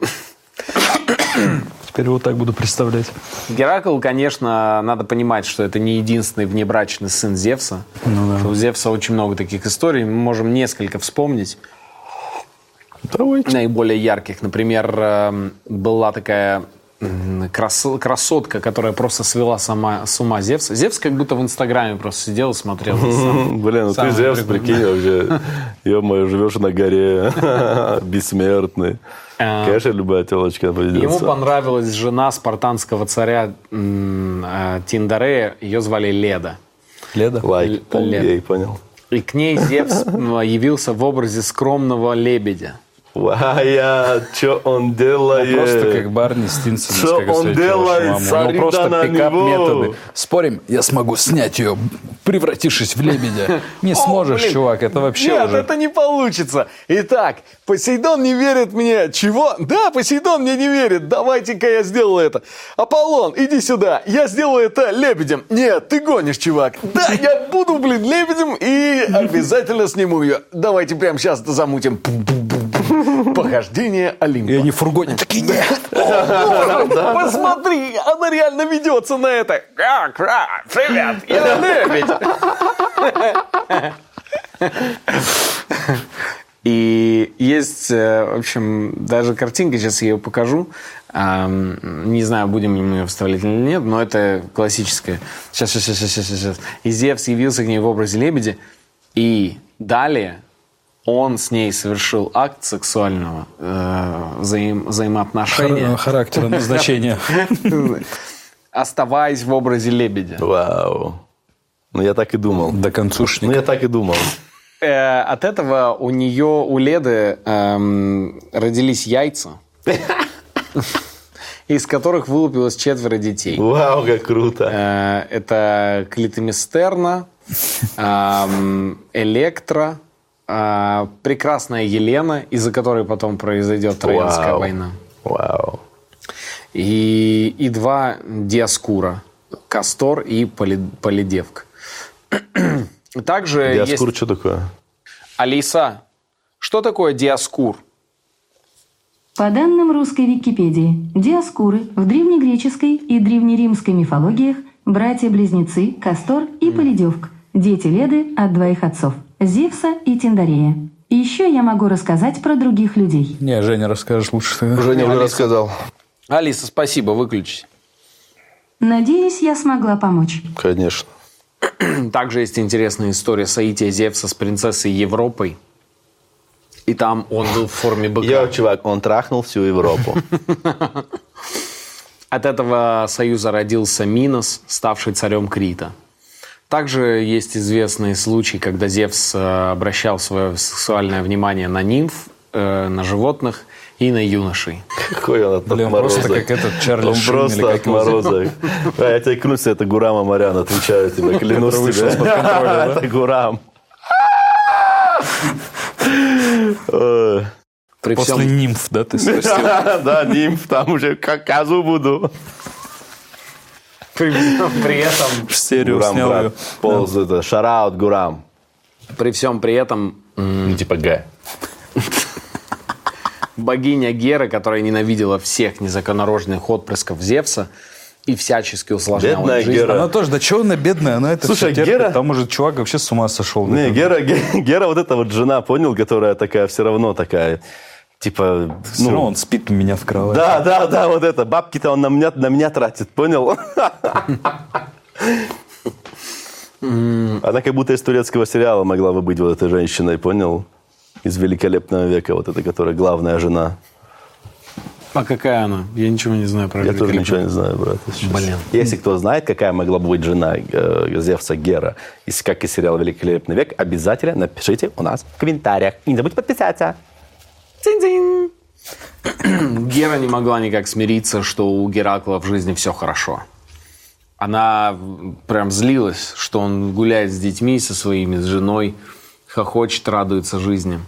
Теперь его так буду представлять. Геракл, конечно, надо понимать, что это не единственный внебрачный сын Зевса. Ну Что У Зевса очень много таких историй. Мы можем несколько вспомнить. Наиболее ярких. Например, эм, была такая м, крас- красотка, которая просто свела сама, с ума Зевса. Зевс как будто в Инстаграме просто сидел и смотрел. <laughs> Блин, ну ты Самое Зевс, прикольное. прикинь, вообще. Ё-моё, живешь на горе. <laughs> Бессмертный. А. Конечно, любая телочка Ему поведется. понравилась жена спартанского царея м, э, Тиндарея. Ее звали Леда. Леда? Лайк. Л- лет. Ей, понял. И к ней <laughs> Зевс м, явился в образе скромного лебедя. Вая, что а он делает? Просто как Барни Стинсон. Что он делает? Смотри, Ну, просто да, на него. пикап-методы. Спорим, я смогу снять ее, превратившись в лебедя. Не сможешь, блин. чувак, это вообще Нет, уже... это не получится. Итак, Посейдон не верит мне. Чего? Да, Посейдон мне не верит. Давайте-ка я сделаю это. Аполлон, иди сюда. Я сделаю это лебедем. Нет, ты гонишь, чувак. Да, я <laughs> буду, блин, лебедем и обязательно сниму ее. Давайте прямо сейчас это замутим. Пу-пу-пу-пу. Похождение И Олимпа. они в фургоне такие, нет! Посмотри, она реально ведется на это. Как? А, Привет, я Лебедь. И есть, э, в общем, даже картинка, сейчас я ее покажу. Ам, Не знаю, будем ли мы ее вставлять или нет, но это классическая. Сейчас, сейчас, сейчас, сейчас, сейчас. И Зевс явился к ней в образе лебеди. И далее он с ней совершил акт сексуального э, взаим- взаимоотношения. Характера, назначения. <laughs> Оставаясь в образе лебедя. Вау. Ну, я так и думал. До концушника. Ну, я так и думал. Э, от этого у нее, у Леды эм, родились яйца, <laughs> из которых вылупилось четверо детей. Вау, как круто. Э, Это Клитомистерна, эм, Электра, э, прекрасная Елена, из-за которой потом произойдет Троянская Вау. война. Вау. И, и два Диаскура, Кастор и Поли- Полидевка. <clears throat> Также Э, есть... Диаскур, что такое? Алиса, что такое диаскур? По данным русской Википедии, диаскуры в древнегреческой и древнеримской мифологиях братья-близнецы Кастор и Полидевк, дети Леды от двоих отцов – Зевса и Тиндарея. И еще я могу рассказать про других людей. Не, Женя, расскажешь лучше тогда. Женя уже рассказал. Алиса, спасибо, выключись. <clears throat> Надеюсь, я смогла помочь. Конечно. Также есть интересная история соития Зевса с принцессой Европой. И там он был в форме быка. Я, чувак, он трахнул всю Европу. От этого союза родился Минос, ставший царем Крита. Также есть известные случаи, когда Зевс э, обращал свое сексуальное внимание на нимф, э, на животных и на юношей. Какой он от Блин, отморозок. просто как этот Чарли Он Шин или просто как его зовут. отморозок. А я тебе клянусь, это Гурам Амарян, отвечаю тебе, клянусь тебе. Это Гурам. Э, При всем- <laughs> После нимф, да, ты спросил? Да, нимф, там уже как козу буду. при всем при этом <laughs> Серию Гурам, снял ее. брат, полз, это, шараут Гурам. При всем при этом... Ну, типа Г. <laughs> Богиня Гера, которая ненавидела всех незаконорожных отпрысков Зевса и всячески усложняла Бедная жизнь. Гера. Она тоже, да чего она бедная, она это Слушай, всё терпит. Гера- Там уже чувак вообще с ума сошел. Не, Гера, Ге- Гера вот эта вот жена, понял, которая такая все равно такая, типа... Все равно он спит у меня в кровати. Да, да, да, вот это. Бабки-то он на меня, на меня тратит, понял? Она как будто из турецкого сериала могла бы быть вот этой женщиной, понял? Из великолепного века, вот эта, которая главная жена. А какая она? Я ничего не знаю про Я Григория. тоже ничего не знаю, брат. если честно. Блин. Если кто знает, какая могла бы быть жена э, Зевса Гера, из, как и сериал «Великолепный век», обязательно напишите у нас в комментариях. И не забудьте подписаться. <clears throat> Гера не могла никак смириться, что у Геракла в жизни все хорошо. Она прям злилась, что он гуляет с детьми, со своими, с женой, хохочет, радуется жизни.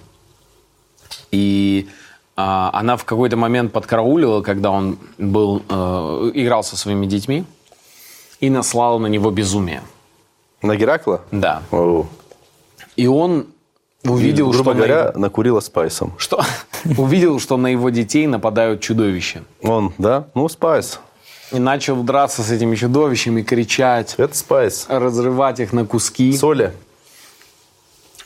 И а, она в какой-то момент подкараулила, когда он был, э, играл со своими детьми, и наслала на него безумие. На Геракла? Да. Оу. И он увидел, Грубо что, на говоря, его- накурила спайсом. что <laughs> увидел, что на его детей нападают чудовища. Он, да? Ну, спайс. И начал драться с этими чудовищами, кричать, Это спайс. разрывать их на куски. Соли.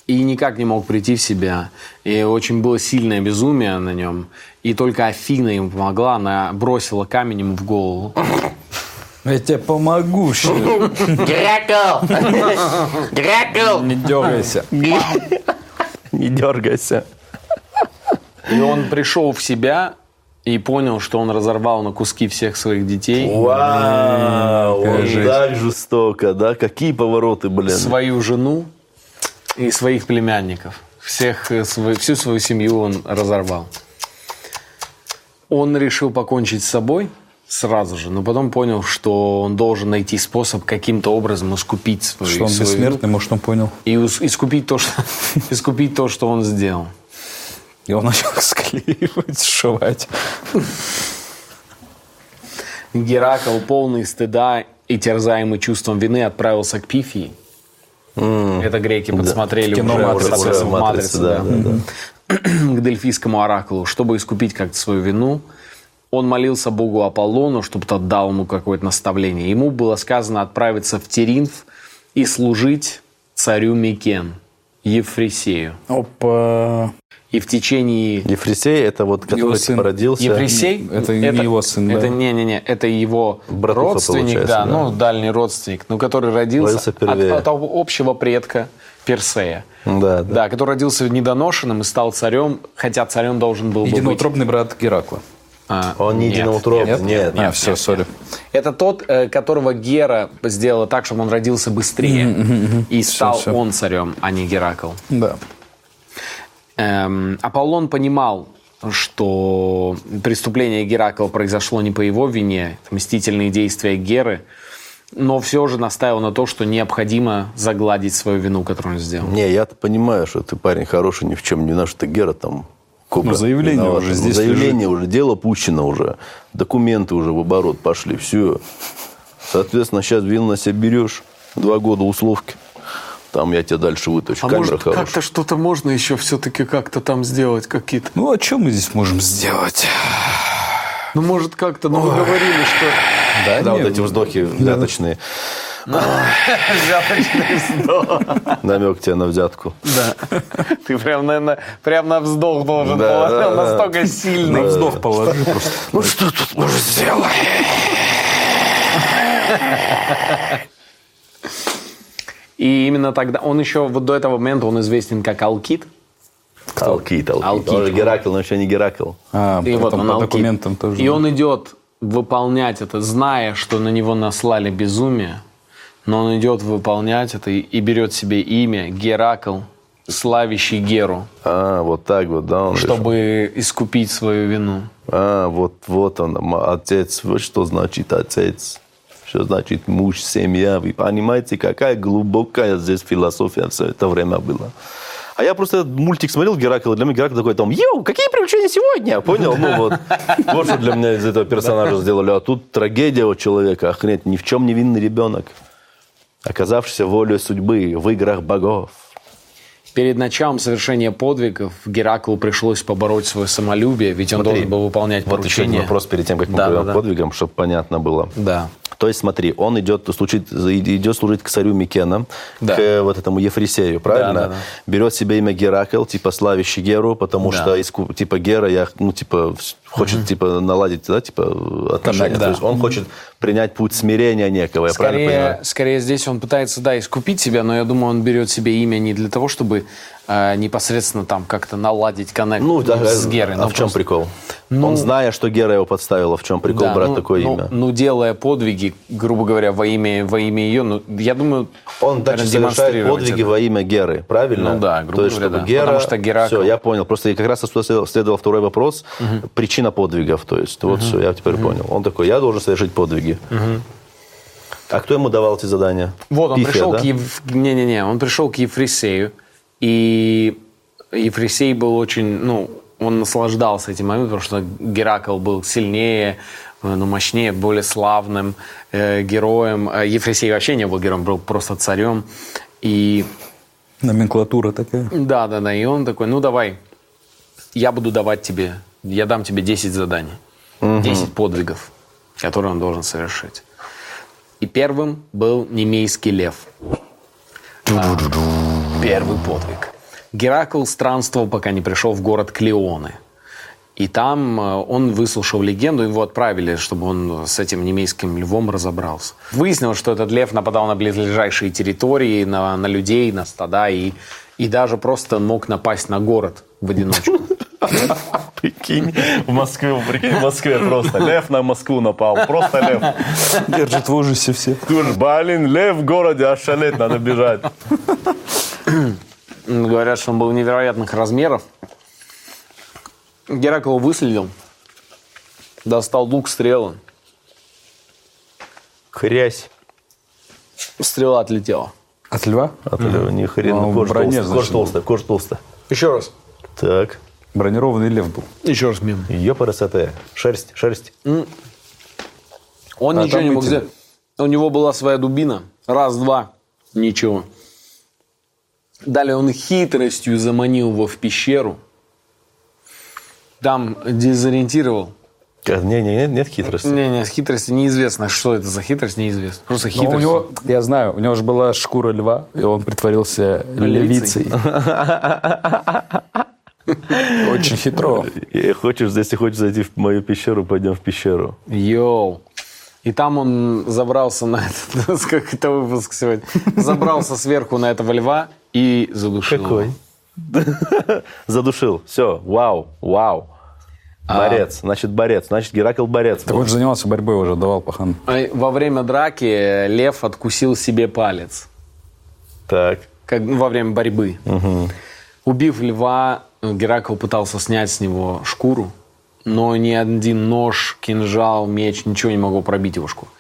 И никак не мог прийти в себя. И очень было сильное безумие на нем. И только Афина ему помогла. Она бросила камень ему в голову. Я тебе помогу щас. Не дергайся. Не дергайся. И он пришел в себя и понял, что он разорвал на куски всех своих детей. Вау! Какая вот жесть. так жестоко, да? Какие повороты, блин. Свою жену и своих племянников. Всех, э, свой- всю свою семью он разорвал. Он решил покончить с собой сразу же, но потом понял, что он должен найти способ каким-то образом искупить свою, Что он свою вину. бессмертный, может, он понял. и ус- искупить то, что, <laughs> искупить то, что он сделал. И он начал <laughs> склеивать, сшивать. Геракл, полный стыда и терзаемый чувством вины, отправился к Пифии. Это греки подсмотрели В кино уже, «Матрица», соответственно, в «Матрица», «Матрице», да, да. <clears throat> к дельфийскому оракулу, чтобы искупить как-то свою вину. Он молился богу Аполлону, чтобы тот дал ему какое-то наставление. Ему было сказано отправиться в Теринф и служить царю Микен, Ефрисею. Опа. И в течение... Ефресей это вот который Его типа, сын. родился. Ефрисей? Это не его сын, да. Это не-не-не, это его Братуха, родственник, получается, да. да, ну, дальний родственник, ну, который родился Родился от, первее. от об- общего предка Персея. Да, да. Да, который родился недоношенным и стал царем, хотя царем должен был бы быть... Единоутробный брат Геракла. А, Он не нет, единоутробный, нет. нет, а, все, сори. Это тот, э, которого Гера сделала так, чтобы он родился быстрее. И стал всё. он царем, а не Геракл. Да. Эм, Аполлон понимал, что преступление Геракла произошло не по его вине, это мстительные действия Геры, но все же настаивал на то, что необходимо загладить свою вину, которую он сделал. Не, я-то понимаю, что ты парень хороший, ни в чем не наш, ты Гера там. Кобра. Ну, заявление виновата. уже Ну, здесь Заявление уже, дело пущено уже. Документы уже в оборот пошли, все. Соответственно, сейчас вину на себя берешь. Два года условки. Там я тебя дальше вытащу. Камера хорошая. что-то можно еще все-таки как-то там сделать какие-то? Ну, а что мы здесь можем сделать? Ну, может, как-то, но мы говорили, <laughs> что... Да, вот эти вздохи взяточные. Намек тебе на взятку. Ты прям, наверное, прям на вздох должен Да, был. да, Он да. настолько сильный. Вздох положи просто. Ну что тут можно сделать? И именно тогда, он еще вот до этого момента, он известен как Алкид. Алкит, алкит. Алкит. Тоже Геракл, но еще не Геракл. А, И вот потом он по алкид. документам тоже. И он идет выполнять это, зная, что на него наслали безумие, но он идет выполнять это и, и берет себе имя Геракл, славящий Геру, А, вот так вот, да? он решил. чтобы искупить свою вину. А, вот, вот он, м- отец. Вот что значит отец. Что значит муж, семья. Вы понимаете, какая глубокая здесь философия все это время была. А я просто этот мультик смотрел Геракл, и для меня Геракл такой там, йоу, какие приключения сегодня, понял? Ну вот, вот что для меня из этого персонажа сделали. А тут трагедия у человека, охренеть, ни в чем не винный ребенок, оказавшийся волей судьбы в играх богов. Перед началом совершения подвигов Гераклу пришлось побороть свое самолюбие, ведь он должен был выполнять Вот еще поручение. один вопрос перед тем, как мы Да, перейдем да, к да. подвигам, чтобы понятно было. Да. То есть, смотри, он идет служить, идет служить к царю Микена, Да. к вот этому Ефрисею, правильно? Да, да, да. Берет себе имя Геракл, типа славящий Геру, потому Да. что иску- типа Гера, я, ну, типа, вс- хочет, типа, наладить, да, типа, отношения. да. То есть он хочет принять путь смирения некого, я правильно Скорее, понимаю? скорее здесь он пытается, да, искупить себя, но я думаю, он берет себе имя не для того, чтобы э, непосредственно там как-то наладить коннект Ну, да, с Герой. а но в чем просто- прикол? он, зная, что Гера его подставила, в чем прикол Да, брать ну, такое ну, имя? Ну, делая подвиги, грубо говоря, во имя, во имя ее, ну, я думаю, Он даже дальше совершает подвиги во имя Геры, правильно? Ну да, грубо То есть, говоря, чтобы да. Гера... Потому что Геракл- Все, я понял. Просто и как раз отсюда следовал- следовал второй вопрос. Причина подвигов. То есть, вот все, я теперь понял. Он такой, я должен совершить подвиги. А кто ему давал эти задания? Вот, он Пифия, пришел да? к Ев... Не-не-не, он пришел к Ефрисею, и Ефрисей был очень, ну, он наслаждался этим моментом, потому что Геракл был сильнее, э, ну, мощнее, более славным э, героем. Э, Ефрисей вообще не был героем, был просто царем. И Номенклатура такая. да, да, да. И он такой, ну давай, я буду давать тебе, я дам тебе 10 заданий, 10 подвигов, которые он должен совершить. И первым был немейский лев. А, первый подвиг. Геракл странствовал, пока не пришел в город Клеоны. И там э, он выслушал легенду, его отправили, чтобы он с этим немецким львом разобрался. Выяснилось, что этот лев нападал на близлежащие территории, на, на людей, на стада, и, и даже просто мог напасть на город в <laughs> одиночку. Прикинь, в Москве, прикинь, в Москве просто. Лев на Москву напал, просто лев. Держит в ужасе все. Слушай, блин, лев в городе, ошалеть, надо бежать. М, Говорят, что он был невероятных размеров. Геракл выследил, достал лук, стрелы. Хрясь. Стрела отлетела. От льва? А то ли ни хрена. Ну, Кожа толстая, броня, значит, кожа толстая, кожа толстая. Еще раз. Так. Бронированный лев был. Еще раз мимо. Ее красота. Шерсть, шерсть. Он А ничего там не мог эти- сделать. У него была своя дубина. Раз, два. Ничего. Далее он хитростью заманил его в пещеру, Там дезориентировал. Нет, А, нет, нет хитрости. Не, не, хитрость неизвестно. Что это за хитрость, неизвестно. Просто хитрость. у него, я знаю, у него же была шкура льва, и он притворился Левицей. левицей. Очень хитро. Э, Хочешь, если хочешь зайти в мою пещеру, пойдем в пещеру. Йоу. И там он забрался на этот, <laughs> как это выпуск сегодня, забрался сверху на этого льва и задушил. его. Какой? Задушил. Все. Вау. Вау. Борец. Значит, борец. Значит, Геракл борец. Так был. он же занимался борьбой уже, давал пахан. А Во время драки лев откусил себе палец, Так. как ну, во время борьбы. Убив льва, э, Геракл пытался снять с него шкуру, но ни один нож, кинжал, меч, ничего не могло пробить его шкуру.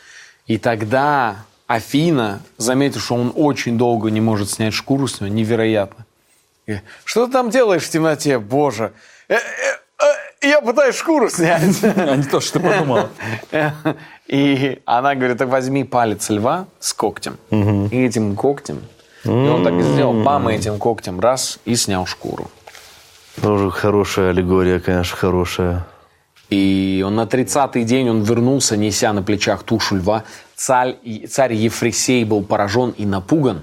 И тогда Афина, заметив, что он очень долго не может снять шкуру с него, невероятно. И, Что ты там делаешь в темноте, боже? Э, э, э, Я пытаюсь шкуру снять. А не то, что ты подумал. <laughs> И она говорит, так возьми палец льва с когтем. И этим когтем. И он так и сделал, пама этим когтем, раз, и снял шкуру. Тоже хорошая аллегория, конечно, хорошая. И он на 30-й день он вернулся, неся на плечах тушу льва. Царь, царь Ефресей был поражен и напуган,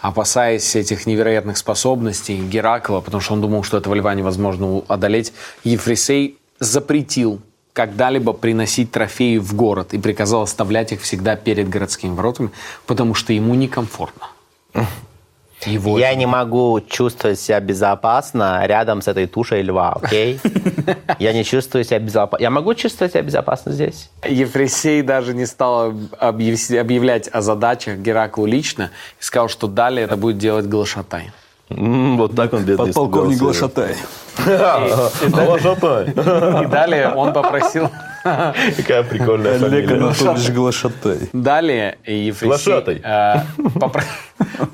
опасаясь этих невероятных способностей Геракла, потому что он думал, что этого льва невозможно у- одолеть. Ефресей запретил когда-либо приносить трофеи в город и приказал оставлять их всегда перед городскими воротами, потому что ему некомфортно. Его Я не могу чувствовать себя а безопасно рядом с этой тушей льва, окей? Я не чувствую себя безопасно. Я могу чувствовать себя безопасно здесь? Ефресей даже не стал объяв- объявлять о задачах Гераклу лично и сказал, что далее это будет делать Глашатай. М, Вот так он бедный А, испугался. <laughs> Глашатай. И далее он попросил... <laughs> Какая прикольная фамилия. Анатольевич Глашатай. Далее Ефресей Глашатай. э, попро-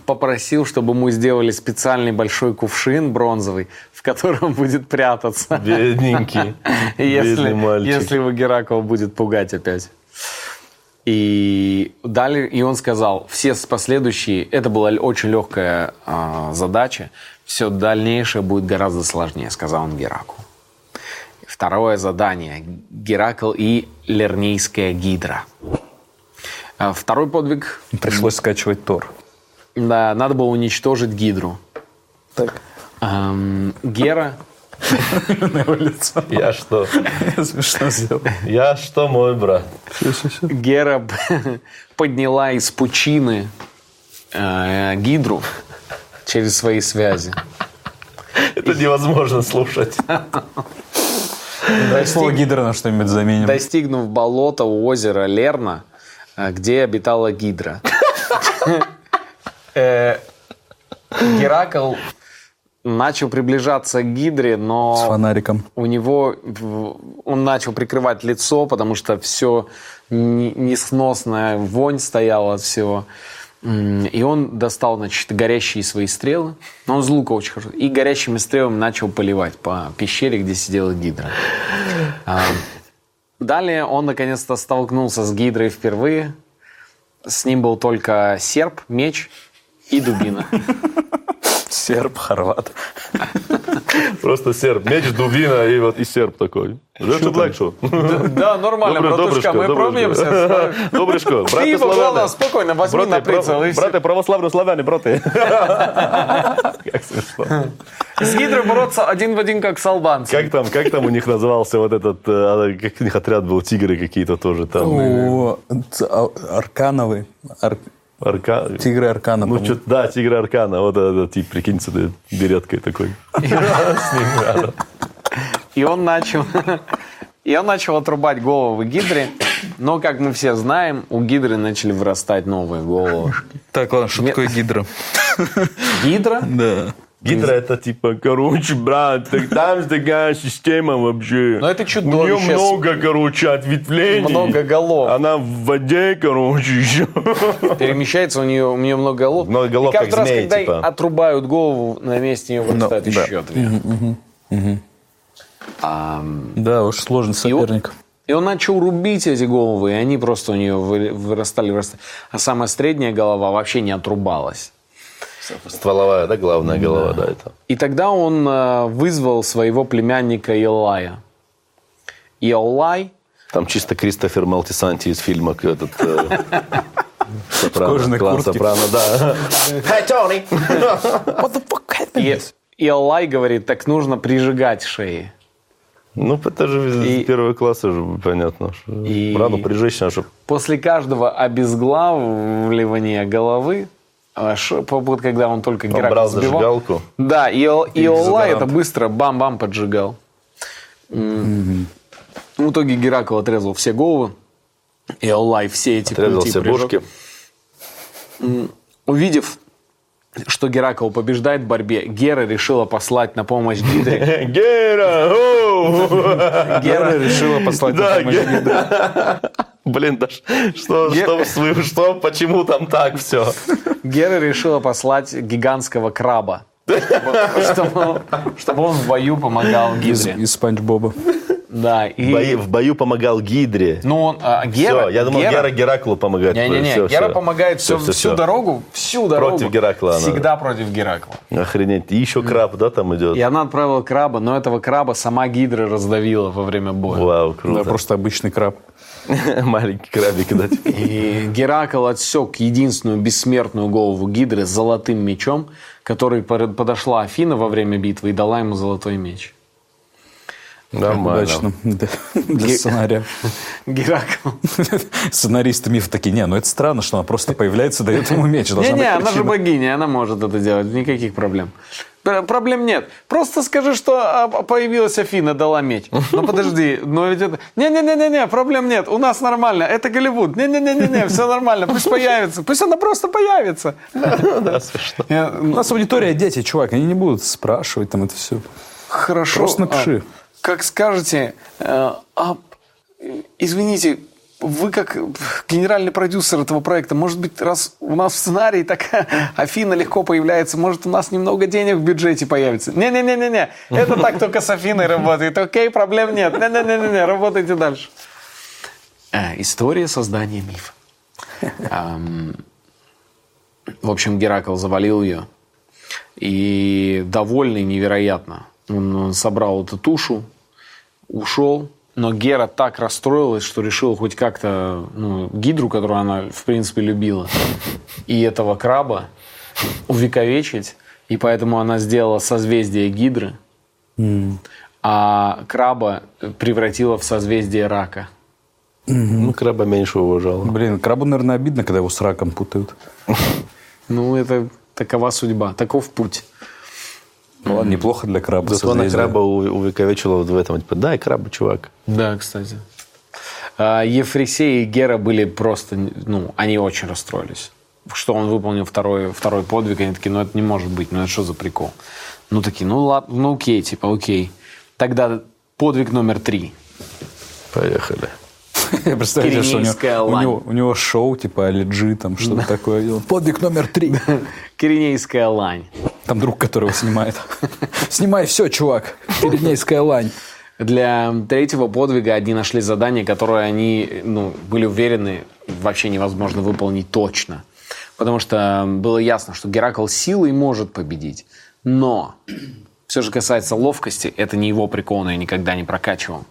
попросил, чтобы ему сделали специальный большой кувшин бронзовый, в котором будет прятаться, Бедненький. Бедный <laughs> если, мальчик. если его Геракл будет пугать опять. И далее, и он сказал, все с- последующие, это была л- очень легкая а, задача, все дальнейшее будет гораздо сложнее, сказал он Гераку. Второе задание. Геракл и Лернейская гидра. А, Второй подвиг. Пришлось скачивать Тор. Да, надо было уничтожить гидру. Так. Эм, Гера <laughs> Я что? Смешно сделал. Я что, мой брат? Гера б- подняла из пучины э, гидру через свои связи. Это невозможно слушать. Слово гидра на что-нибудь заменим. Достигнув болота у озера Лерна, э, где обитала гидра. Э, Геракл начал приближаться к гидре, С но фонариком. у него в- он начал прикрывать лицо, потому что все не- несносная вонь стояла от всего. М, И он достал, значит, горящие свои стрелы. Но он из лука очень хорошо. И горящими стрелами начал поливать по пещере, где сидела гидра. А, Далее он наконец-то столкнулся с гидрой впервые. С ним был только серп, меч и дубина. Серб, хорват. Просто серп. Меч, дубина и вот и серп такой. Что так что? <laughs> Да, нормально, братушка, мы промнемся. <laughs> Добрышко, Ты брати его, главное, славяне. спокойно возьми на прицел и все. брати православні славяне, брати. <laughs> Как смешно. С гидрой бороться один в один, как с албанцем. Как там, как там у них назывался вот этот, э, а, как у них отряд был, тигры какие-то тоже там. О, ц- а- Аркановы. Ар- Арка... Тигры Аркана. Ну, по-моему. что да, тигры Аркана. Вот этот тип, прикиньте, да, береткой такой. И он начал... <laughs> И он начал отрубать головы гидре, но, как мы все знаем, у гидры начали вырастать новые головы. Так, ладно, что Нет. такое гидра? Гидра? Да. Гидра это типа, короче, брат, так там же такая система вообще. Но это У нее чудовище. много, короче, ответвлений. Много голов. Она в воде, короче, <laughs> еще. Перемещается у нее, у нее много голов. Много голов, И каждый как раз, змеи, когда ей типа. отрубают голову, на месте ее вырастают Ну, да. еще две. Да, уж сложный соперник. И он начал рубить эти головы, и они просто у нее вы- вырастали, вырастали. А самая средняя голова вообще не отрубалась. Стволовая, да, главная голова, да, это. И тогда он э, вызвал своего племянника Илая. И Илай Там чисто Кристофер Малтисанти из фильма к- этот... <laughs> э, Сопрано, кожаной клан куртке. Сопрано, да. <laughs> Hey, Tony! И и Элай говорит, так нужно прижигать шеи. Ну, это же из первого класса же понятно. что Рану прижечь надо, чтоб После каждого обезглавливания головы, э, ш- по- вот когда он только он Геракл брал сбивал- зажигалку. Да, и, Эл- и И Элай дезодорант. это быстро бам-бам поджигал. М. В итоге Геракл отрезал все головы, и Элай все эти Отрезал пути все прижег. бошки. М, Увидев, что Геракл побеждает в борьбе, Гера решила послать на помощь <laughs> Гидре. Гера! оу! <laughs> Гера решила послать на Да, помощь Гера. <laughs> Блин, да ш- что, что, вы- что, почему там так все? Гера решила послать гигантского краба, чтобы, чтобы он в бою помогал Из, Гидре. из Спанч Боба. Да, и... Бои- в бою помогал Гидре. Ну, он, а, Гера... все, я думал, Гера, Гераклу помогает. Не-не-не, Всё, Гера всё. помогает Всё, всю, всё, всю всё. дорогу, всю Против дорогу. Геракла она. Всегда против Геракла. Охренеть. И еще краб, да, там идет? И она отправила краба, но этого краба сама Гидра раздавила во время боя. Вау, круто. просто обычный краб. Маленький крабик, да. типа. И Геракл отсек единственную бессмертную голову Гидры с золотым мечом, который пор- подошла Афина во время битвы и дала ему золотой меч. <laughs> Нормально. Удачно. Да. Для сценария. <laughs> Геракл. Сценаристы миф такие, не, ну это странно, что она просто появляется, дает ему меч. Должна Не-не, быть она же причина. богиня, она может это делать, никаких проблем. Пр- Проблем нет. Просто скажи, что а, а, появилась Афина, дала меч. Ну подожди, но ведь это... Не-не-не-не, проблем нет, у нас нормально, это Голливуд. Не-не-не-не, все нормально, пусть появится, пусть она просто появится. Я- У нас аудитория дети, чувак, они не будут спрашивать там это все. Хорошо. Просто напиши. А, как скажете, э, а, э, извините, вы как э, генеральный продюсер этого проекта, может быть, раз у нас в сценарии такая <laughs> Афина легко появляется, может, у нас немного денег в бюджете появится. Не-не-не-не-не, это так только с Афиной работает, окей, проблем нет. Не-не-не-не, работайте дальше. Э, История создания мифа. Ам, В общем, Геракл завалил ее. И довольный невероятно. Он он собрал эту тушу, ушел. Но Гера так расстроилась, что решила хоть как-то ну, гидру, которую она, в принципе, любила, и этого краба увековечить. И поэтому она сделала созвездие гидры, а краба превратила в созвездие рака. Ну, краба меньше уважал. Блин, крабу, наверное, обидно, когда его с раком путают. Ну, это такова судьба, таков путь. Ну ладно, неплохо для краба. Зато она созвездие. краба у- увековечила вот в этом. Типа, дай краба, чувак. Да, кстати. А, Ефресей и Гера были просто, ну, они очень расстроились, что он выполнил второй, второй подвиг. Они такие, ну это не может быть, ну это что за прикол? Ну такие, ну ладно, ну окей, типа, окей. Тогда подвиг номер три. <laughs> Поехали. <laughs> Я представляю, что у Пиренейская него, у лань. него- у него шоу, типа, алиджи, там, что-то такое. И он, Подвиг номер три. Киринейская лань. <laughs> Там друг, которого снимает. <laughs> Снимай все, чувак. Пиренейская лань. Для третьего подвига они нашли задание, которое они ну, были уверены, вообще невозможно выполнить точно. Потому что было ясно, что Геракл силой может победить. Но все же касается ловкости, это не его прикол, но я никогда не прокачивал.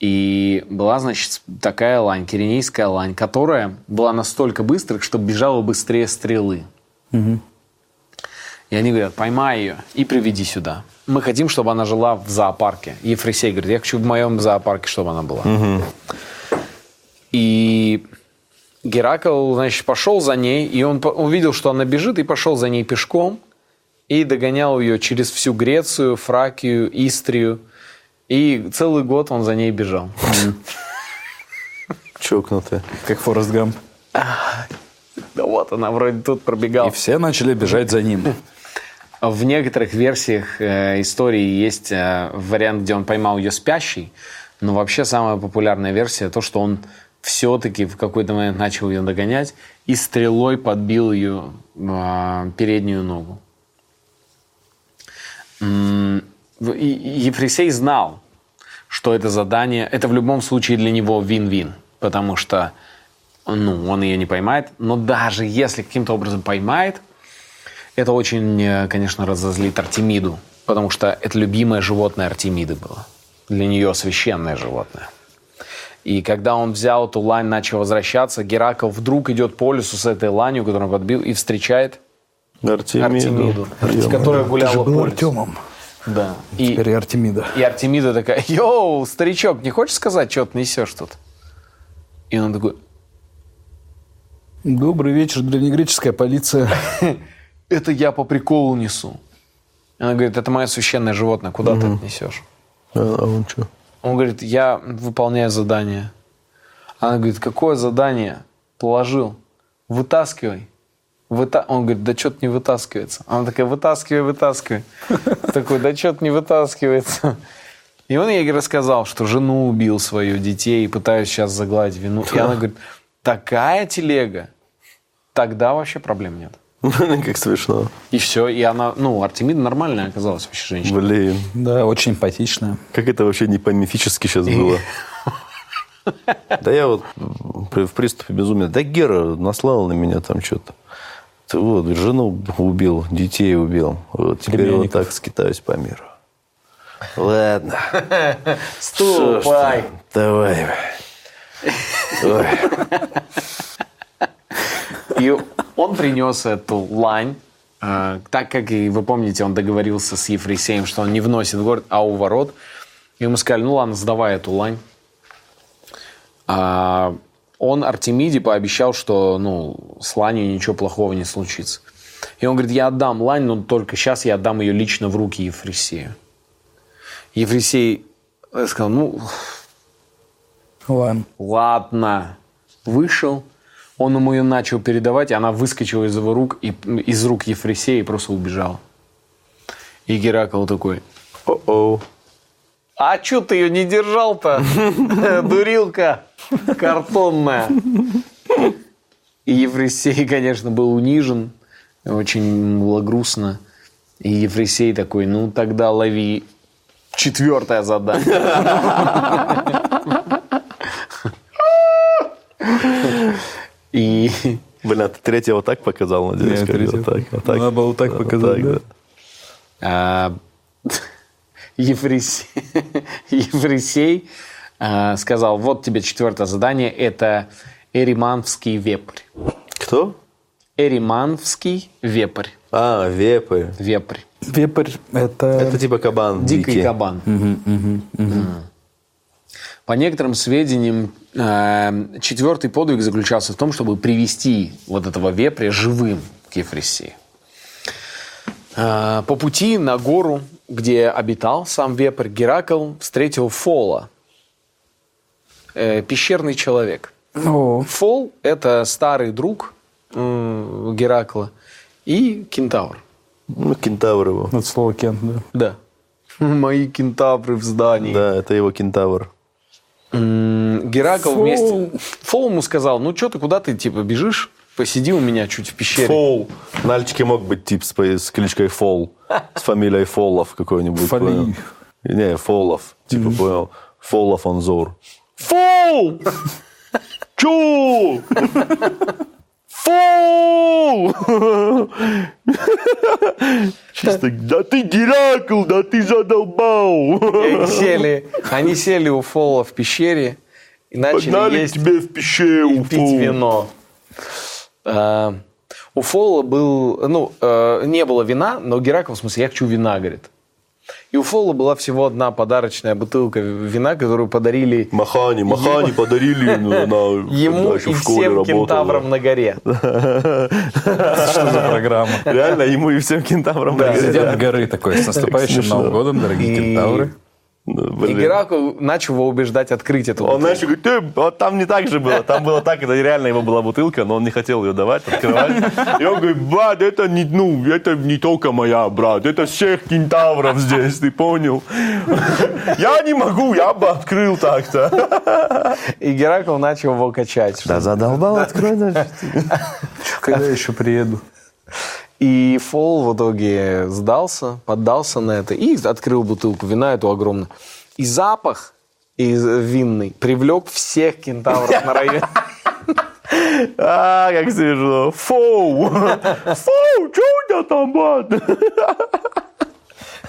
И была, значит, такая лань, киренейская лань, которая была настолько быстрой, что бежала быстрее стрелы. И они говорят, поймай ее и приведи сюда. Мы хотим, чтобы она жила в зоопарке. Ефресей говорит, я хочу в моем зоопарке, чтобы она была. И Геракл, значит, пошел за ней, и он по- увидел, что она бежит, и пошел за ней пешком, и догонял ее через всю Грецию, Фракию, Истрию. И целый год он за ней бежал. Чокнутый. Как Форест Гамп. Да Ну вот она вроде тут И пробегала. все начали бежать за ним. В некоторых версиях э, истории есть э, вариант, где он поймал ее спящей, но вообще самая популярная версия то, что он все-таки в какой-то момент начал ее догонять и стрелой подбил ее э, переднюю ногу. М, в- и- и Ефресей знал, что это задание, это в любом случае для него вин-вин, потому что ну, он ее не поймает, но даже если каким-то образом поймает, Это очень, э, конечно, разозлит Артемиду, потому что это любимое животное Артемиды было. Для нее священное животное. И когда он взял эту лань, начал возвращаться, Геракл вдруг идет по лесу с этой ланью, которую он подбил, и встречает Артемиду, Артемиду. которая гуляла Ты же по был лесу. Артемом. Да. И, Теперь и Артемида. и Артемида такая, йоу, старичок, не хочешь сказать, что ты несешь тут? И он такой, Добрый вечер, древнегреческая полиция. это я по приколу несу. И Она говорит, это мое священное животное, куда ты это несешь? А он что? Он говорит, я выполняю задание. Она говорит, какое задание? Положил. Вытаскивай. Выта... Он говорит, да что-то не вытаскивается. Она такая, вытаскивай, вытаскивай. Такой, да что-то не вытаскивается. И он ей рассказал, что жену убил свою, детей, и пытаюсь сейчас загладить вину. И она говорит, такая телега, тогда вообще проблем нет. <laughs> Как смешно. И все, и она, ну, Артемида нормальная оказалась вообще женщина. Блин. Да, очень эмпатичная. Как это вообще не по-мифически сейчас было? <laughs> Да я вот при- в приступе безумия. Да Гера наслал на меня там что-то. Ты Вот, жену убил, детей убил. Вот, теперь вот так скитаюсь по миру. <laughs> Ладно. Что ж Ступай. ты? Давай. Ой. И он принес эту лань. э, Так как, и вы помните, он договорился с Ефресеем, что он не вносит в город, а у ворот. И ему сказали, ну ладно, сдавай эту лань. А он Артемиде пообещал, что ну, с ланью ничего плохого не случится. И он говорит, я отдам лань, но только сейчас я отдам ее лично в руки Ефресею. Ефресей э, сказал, ну, Ладно. Ладно. Вышел. Он ему ее начал передавать, и она выскочила из его рук, и, из рук Ефресея и просто убежала. И Геракл такой, О-о. а чё ты ее не держал-то, <laughs> дурилка картонная? И Ефресей, конечно, был унижен, очень было грустно. И Ефресей такой, ну тогда лови четвертое задание. И Блин, а ты третье вот так показал, надеюсь? Не, как третье вот так, вот так. надо было вот так Да, показать, да. А, Ефресей, Ефресей, а, сказал, вот тебе четвертое задание, это Эриманский вепрь. Кто? Эриманский вепрь. А, вепы. Вепрь. Вепрь – это... Это типа кабан. Дикий кабан. А. По некоторым сведениям, э, четвертый подвиг заключался в том, чтобы привести вот этого вепря живым к Ефресии. Э, По пути на гору, где обитал сам вепрь, Геракл встретил Фола, э, пещерный человек. О, Фол – это старый друг м, Геракла и кентавр. Ну, кентавр его. от слова Кент, да. Да. <laughs> Мои кентавры в здании. Да, это его кентавр. М, Геракл Фоу. вместе... Фол ему сказал, ну что ты, куда ты, типа, бежишь? Посиди у меня чуть в пещере. Фол. На Альчике мог быть тип с, по- с кличкой Фол. С фамилией Фолов какой-нибудь. Фоли. понял? Не, Фолов. Типа, понял? Фолов Анзор. Фол! Чу! Фол! Чисто, да ты Геракл, да ты задолбал. Они сели, они сели у Фола в пещере и начали Погнали к есть тебе в пещеру, и пить Фол. вино. А, у Фола был, ну, э, не было вина, но Геракл, в смысле, я хочу вина, говорит. И у Фола была всего одна подарочная бутылка вина, которую подарили Махани, Махани подарили ну, она ему когда и еще в школе всем работала. кентаврам на горе. Что за программа? Реально, ему и всем кентаврам на горе, Президент А горы такой, с наступающим Новым годом, дорогие кентавры. да. Ну, И блин. Геракл начал его убеждать открыть эту Он бутылку. начал говорить, «Э, вот там не так же было, там было так, это реально его была бутылка, но он не хотел ее давать, открывать. И он говорит, брат, это не, ну, это не только моя, брат, это всех кентавров здесь, ты понял? Я не могу, я бы открыл так-то. И Геракл начал его качать. что- задолбал, открой, Когда я еще приеду? И Фол в итоге сдался, поддался на это и открыл бутылку вина эту огромную. И запах из винный привлек всех кентавров на районе. А, как смешно. Фоу! Фоу, что у тебя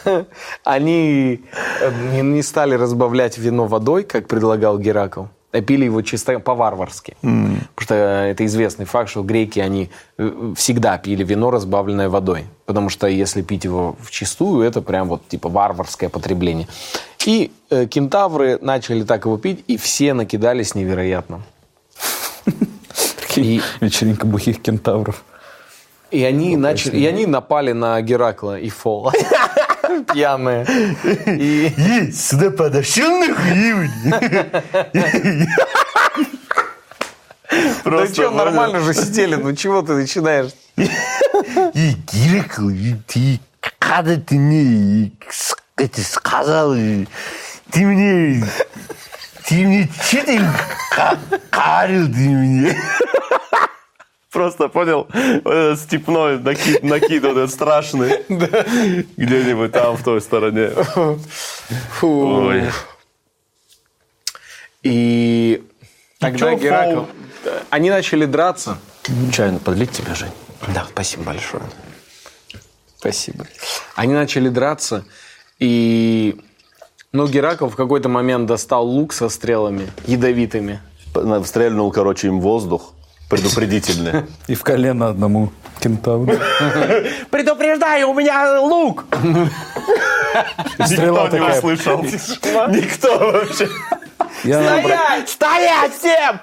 там, <laughs> Они э, не- не стали разбавлять вино водой, как предлагал Геракл, а пили его чисто по-варварски. М. Потому что э, это известный факт, что греки, они э, всегда пили вино, разбавленное водой. Потому что если пить его вчистую, это прям вот типа варварское потребление. И э, кентавры начали так его пить, и все накидались невероятно. Вечеринка бухих кентавров. И они, начали, и они напали на Геракла и Фола. <laughs> Пьяные. И... сюда подошел Да что, нормально же сидели, ну чего ты начинаешь? И Геракл, и ты, когда ты мне и с- это сказал, и ты мне, ты мне чё ты ка- карил ты мне? Просто понял, вот этот степной накид, накид вот этот страшный, где-нибудь там, в той стороне. Фу. Ой. И тогда чё, Геракл... Фол? Они начали драться. Чайно подлить тебе, Жень? Да, спасибо большое. Спасибо. Они начали драться, и... Ну, Геракл в какой-то момент достал лук со стрелами ядовитыми. Стрельнул, короче, им воздух предупредительный. И в колено одному кентавру. Предупреждаю, у меня лук! <laughs> Стрела Никто не такая. услышал. Никто вообще. Стоять! Стоять всем!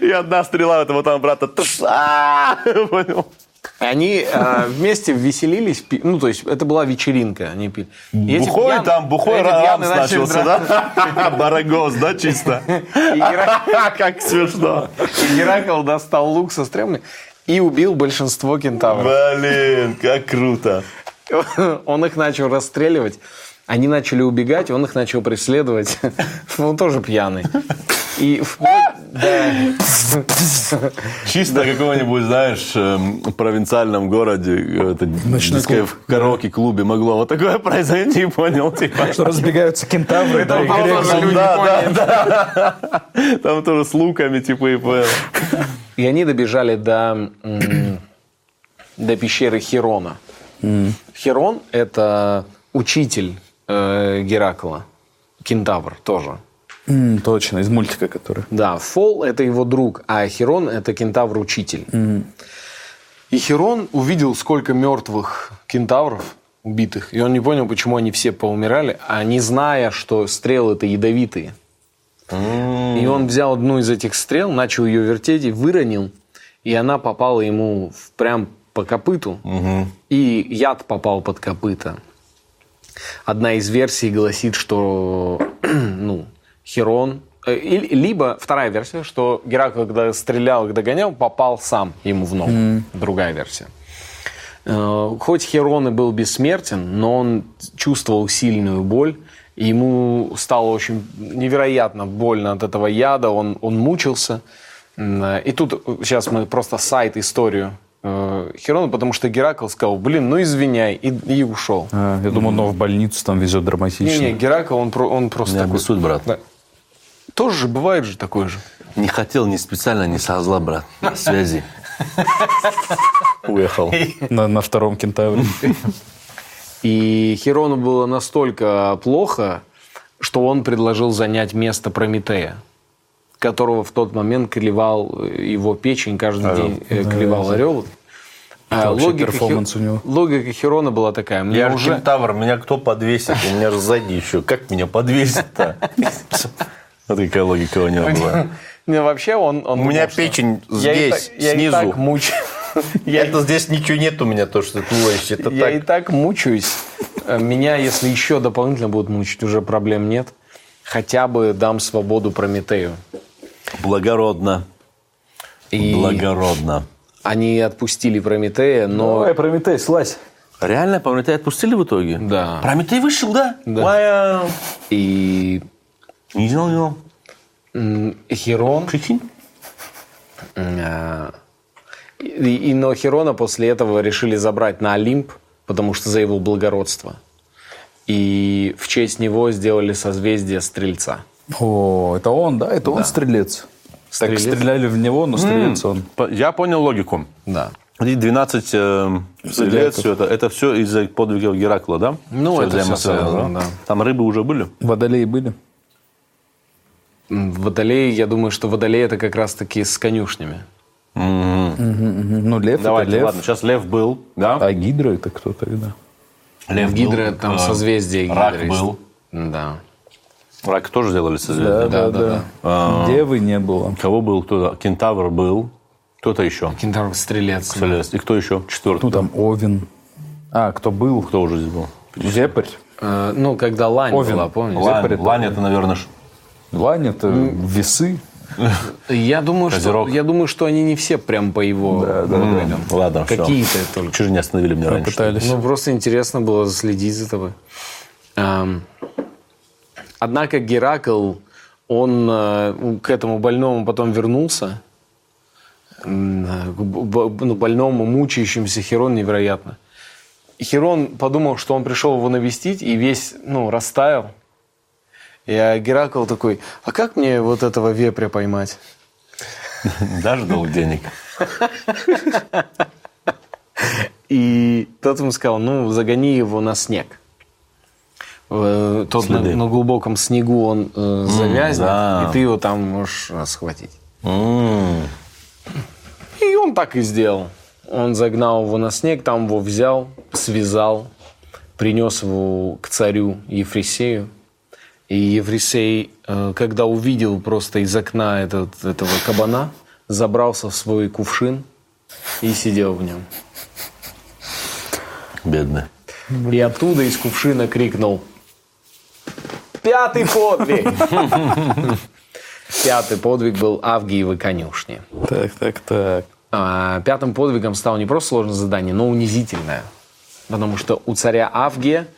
И одна стрела этого там брата. тш, а, Понял? И Они э, вместе веселились, пи- ну, то есть это была вечеринка, они пили. И эти Бухой пьян- там, бухой эти рам пьяные начали начался, да? <laughs> Барагос, да, чисто? <laughs> Как смешно. И Геракл достал лук со стрелами и убил большинство кентавров. Блин, как круто. Он их начал расстреливать. Они начали убегать, он их начал преследовать. <laughs> Он тоже пьяный. И вплоть до- Чисто какого-нибудь, знаешь, эм, провинциальном городе, э, это дискотека в караоке-клубе могло вот такое <laughs> произойти, понял? Типа, Что разбегаются кентавры. да, и грек за ними. да, да, да. Там тоже с луками, типа, и понял. И они добежали до, м, до пещеры Херона. Херон – это учитель э, Геракла, кентавр тоже. М, Точно, из мультика, который. Да, Фол – это его друг, а Херон – это кентавр-учитель. И Херон увидел, сколько мертвых кентавров убитых, и он не понял, почему они все поумирали, а не зная, что стрелы-то ядовитые. И он взял одну из этих стрел, начал ее вертеть и выронил, и она попала ему в- прям по копыту, и яд попал под копыта. Одна из версий гласит, что <clears throat> ну, Херон... э, и- Либо вторая версия, что Геракл, когда стрелял и догонял, попал сам ему в ногу. Другая версия. Э, Хоть Херон и был бессмертен, но он чувствовал сильную боль. и Ему стало очень невероятно больно от этого яда, он, он мучился. М, э, И тут э, сейчас мы просто сайт историю э, Херона, потому что Геракл сказал, блин, ну извиняй, и, и ушел. А, Я думал, но в больницу там везет Не-не, драматично. Геракл, он, про- он просто такой... обессудь, брат. Да. Тоже же бывает же такое же. Не хотел, не специально, не со зла, брат. Связи. Уехал. На на втором кентавре. И Херону было настолько плохо, что он предложил занять место Прометея, которого в тот момент клевал э, его печень, каждый А, день э, клевал орел. А, Это вообще перформанс у него. логика Херона была такая. Мне Я уже... уже тавр, меня кто подвесит? У меня же сзади еще. Как меня подвесит-то? Вот какая логика у него была. Не, вообще он... он У думал, меня что печень я и здесь, так- я и так снизу. мучаю. <laughs> Это здесь ничего нет у меня, то, что ты ловишь. Это Я и так. так мучаюсь. Э, Меня, если еще дополнительно будут мучить, уже проблем нет. Хотя бы дам свободу Прометею. Благородно. И Благородно. они отпустили Прометея, но... Прометей, слазь. Реально, Прометей отпустили в итоге? Да. Прометей вышел, да? Да. а, Вау. И Не знал, не знал. м, Херон... Прикинь. э, И, и- но Херона после этого решили забрать на Олимп, потому что за его благородство. И в честь него сделали созвездие Стрельца. О, это он, да? Это он стрелец. Так стреляли в него, но стрелец он. По- Я понял логику. Да. Эти 12 э, лет, Стреляков. все это, это все из-за подвигов Геракла, да? Ну, Всё это всё взаимосвязано, связано, да. Там рыбы уже были? Водолеи были? М, Водолей, я думаю, что водолей это как раз-таки с конюшнями. Ну, лев Давайте, это лев. ладно, сейчас лев был, да? А гидра это кто тогда? Лев был, Гидра, там э, созвездие Гидры Рак есть. был. Да. Рак тоже сделали Да, созвездие? да, да. А. Девы не было. Кого был? Кто-то? Кентавр был. Кто-то еще? Кентавр стрелец. Солез. И кто еще? Четвертый. Ну, там Овен. А, кто был? Кто уже здесь был? Зепарь. Э, ну, когда лань Овен. была, помнишь? Лань, Зепарь это- Лань это, наверное, ж- Лань это весы. Я думаю, что, Козерог. я думаю, что они не все прям по его моделям. Ладно, всё. Какие-то только. Чего же не остановили меня раньше? <laughs> Пытались. Ну, просто интересно было следить за тобой. Эм, Однако Геракл, он э, у- к этому больному потом вернулся. М, э, к б- б- ну, больному, мучающимся Херон невероятно. И Херон подумал, что он пришел его навестить и весь, ну, растаял. И э, Геракл такой, а как мне вот этого вепря поймать? Дашь долг денег? И тот ему сказал, ну, загони его на снег. Э, Тот на, Следы. на глубоком снегу он э, завязнет, да. и ты его там можешь э, схватить. М, И он так и сделал. Он загнал его на снег, там его взял, связал, принес его к царю Ефрисею. И Ефрисей, э, когда увидел просто из окна этот, этого кабана, забрался в свой кувшин и сидел в нем. Бедный. И оттуда из кувшина крикнул «Пятый подвиг!» Пятый подвиг был Авгиевы конюшни. Так, так, так. А, Пятым подвигом стало не просто сложное задание, но унизительное. Потому что у царя Авгия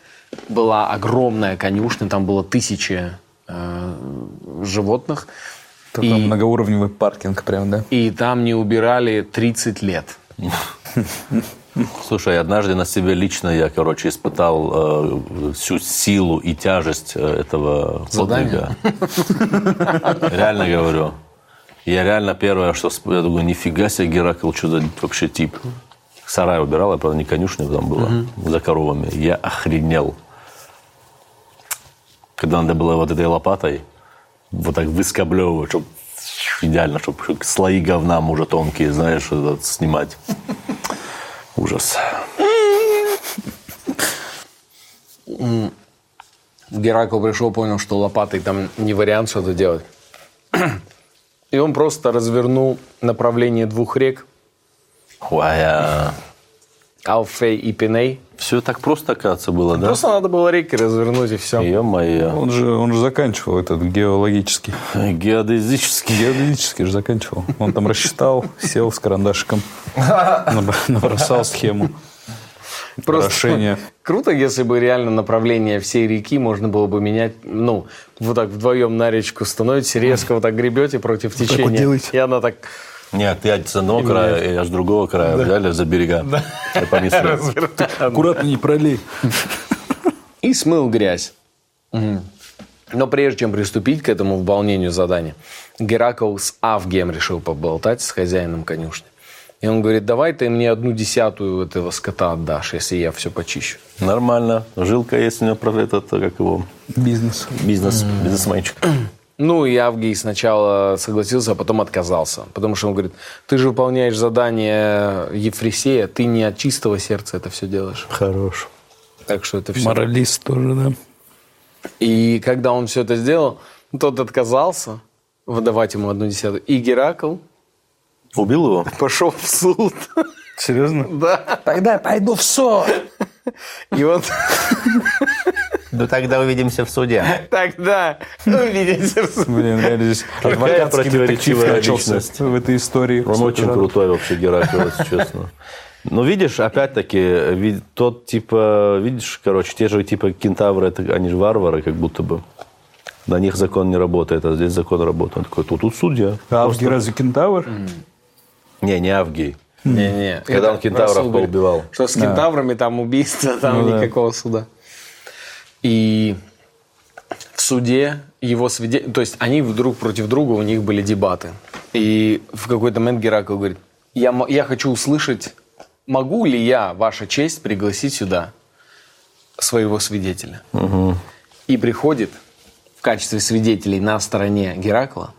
была огромная конюшня, там было тысячи э, животных. Там многоуровневый паркинг прям, да? И там не убирали 30 лет. Слушай, однажды на себе лично я, короче, испытал э, всю силу и тяжесть э, этого Задания? подвига. Реально говорю. Я реально первое, что всп- я думаю, нифига себе, Геракл, что за вообще тип. Сарай убирал, я, правда, не конюшня там была, за коровами. Я охренел. Когда надо было вот этой лопатой вот так выскоблевывать, чтобы идеально, чтобы слои говна уже тонкие, знаешь, этот, снимать. Ужас. Геракл пришел, понял, что лопатой там не вариант что-то делать. И он просто развернул направление двух рек, Хуая. Алфей и Пиней. Все а так просто, оказывается, было, да? Просто надо было реки развернуть и все. Ё-моё. Он же, он же заканчивал этот геологический. Геодезический. Геологический же заканчивал. Он там рассчитал, сел с <laughs> карандашиком, наб- набросал схему. Украшения. <laughs> круто, если бы реально направление всей реки можно было бы менять. Ну, вот так вдвоем на речку становитесь, резко вот так гребете против вот течения. делаете. и она так Нет, ты с одного края, я с другого края взяли за берега. Я понес сюда. Аккуратно не пролей. и смыл грязь. Мгм. Но прежде чем приступить к этому выполнению задания, Геракл с Авгием решил поболтать с хозяином конюшни. И он говорит, давай ты мне одну десятую этого скота отдашь, если я все почищу. Нормально. Жилка есть у него, про этот, как его, Бизнес. бизнес, бизнесменчик. Ну, и Авгий сначала согласился, а потом отказался. Потому что он говорит, ты же выполняешь задание Ефресея, ты не от чистого сердца это все делаешь. Хорош. Так что это все... Моралист тоже, да. И когда он все это сделал, тот отказался выдавать ему одну десятую. И Геракл Убил его? пошел в суд. Серьезно? Да. Тогда я пойду в СО. И вот <laughs> Ну тогда увидимся в суде. тогда увидимся в суде. Блин, реально здесь адвокатский детектив противоречивая начался личность. в этой истории. Он очень Жанр. крутой вообще Геракл, если <laughs> честно. Но видишь, опять-таки, ви- тот типа, видишь, короче, те же типа кентавры, это, они же варвары, как будто бы. На них закон не работает, а здесь закон работает. Он такой, тут, тут судья. А Авгий разве кентавр? Не, не Авгий. Не-не. Когда Это он кентавров Расул говорит, поубивал. Что с кентаврами там убийство, там Ну да. никакого суда. И в суде его свидетель... То есть они вдруг против друга, у них были дебаты. И в какой-то момент Геракл говорит, я, м- я хочу услышать, могу ли я, ваша честь, пригласить сюда своего свидетеля. И приходит в качестве свидетелей на стороне Геракла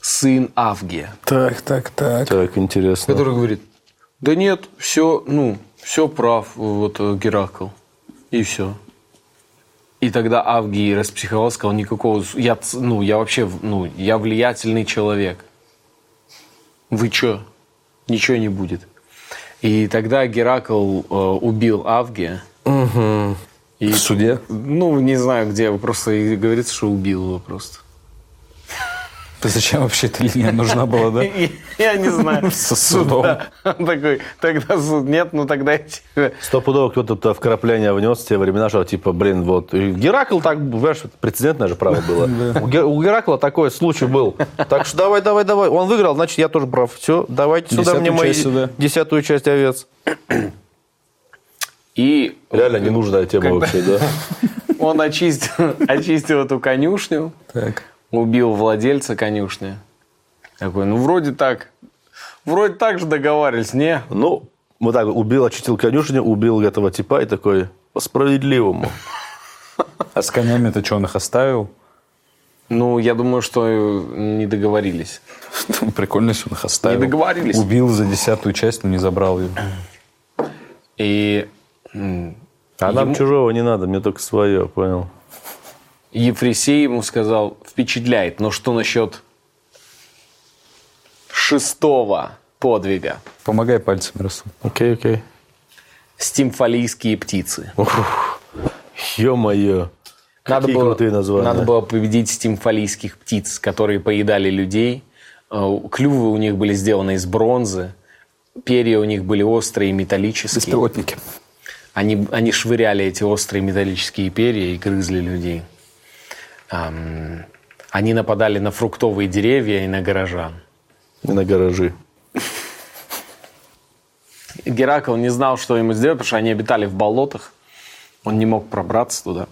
сын Авгия, Так, так, так. Так, интересно. который говорит, да нет, все, ну, все прав, вот э, Геракл, и все. И тогда Авгий распсиховал, сказал, никакого, с- я, ц- ну, я вообще, в- ну, я влиятельный человек. Вы чё? Ничего не будет. И тогда Геракл э, убил Авгия. И, в суде? Ну, не знаю где, просто и говорится, что убил его просто. Да зачем вообще эта линия нужна была, <laughs> да? Я не <laughs> знаю. Со судом. Да. Он такой, тогда суд нет, ну тогда я тебя... Стопудово кто-то туда вкрапление внес в те времена, что типа, блин, вот и Геракл так, знаешь, прецедентное же право <laughs> было. У Ге- У Геракла такой случай был. Так что давай, давай, давай. Он выиграл, значит, я тоже прав. Все, давайте сюда Десятую мне мои часть сюда. десятую часть овец. И Реально ненужная тема вообще, <laughs> да? он очистил, <laughs> очистил эту конюшню, Так. убил владельца конюшни. Такой, ну вроде так, вроде так же договаривались, не? Ну, вот так вот, убил, очистил конюшню, убил этого типа и такой, по справедливому. А с конями-то что, он их оставил? Ну, я думаю, что э, не договорились. Прикольно, что он их оставил. Не договорились. Убил за десятую часть, но не забрал ее. И м, А нам Ему- чужого не надо, мне только свое, понял? Ефресей ему сказал, впечатляет, но что насчет шестого подвига? Помогай пальцами, Расул. Окей, окей. Стимфалийские птицы. Ё-моё. Надо Какие крутые названия. Надо было победить стимфалийских птиц, которые поедали людей. Э, Клювы у них были сделаны из бронзы. Перья у них были острые и металлические. Беспилотники. Они, они швыряли эти острые металлические перья и грызли людей. Ам, они нападали на фруктовые деревья и на горожан. И на гаражи. Геракл не знал, что ему сделать, потому что они обитали в болотах. Он не мог пробраться туда.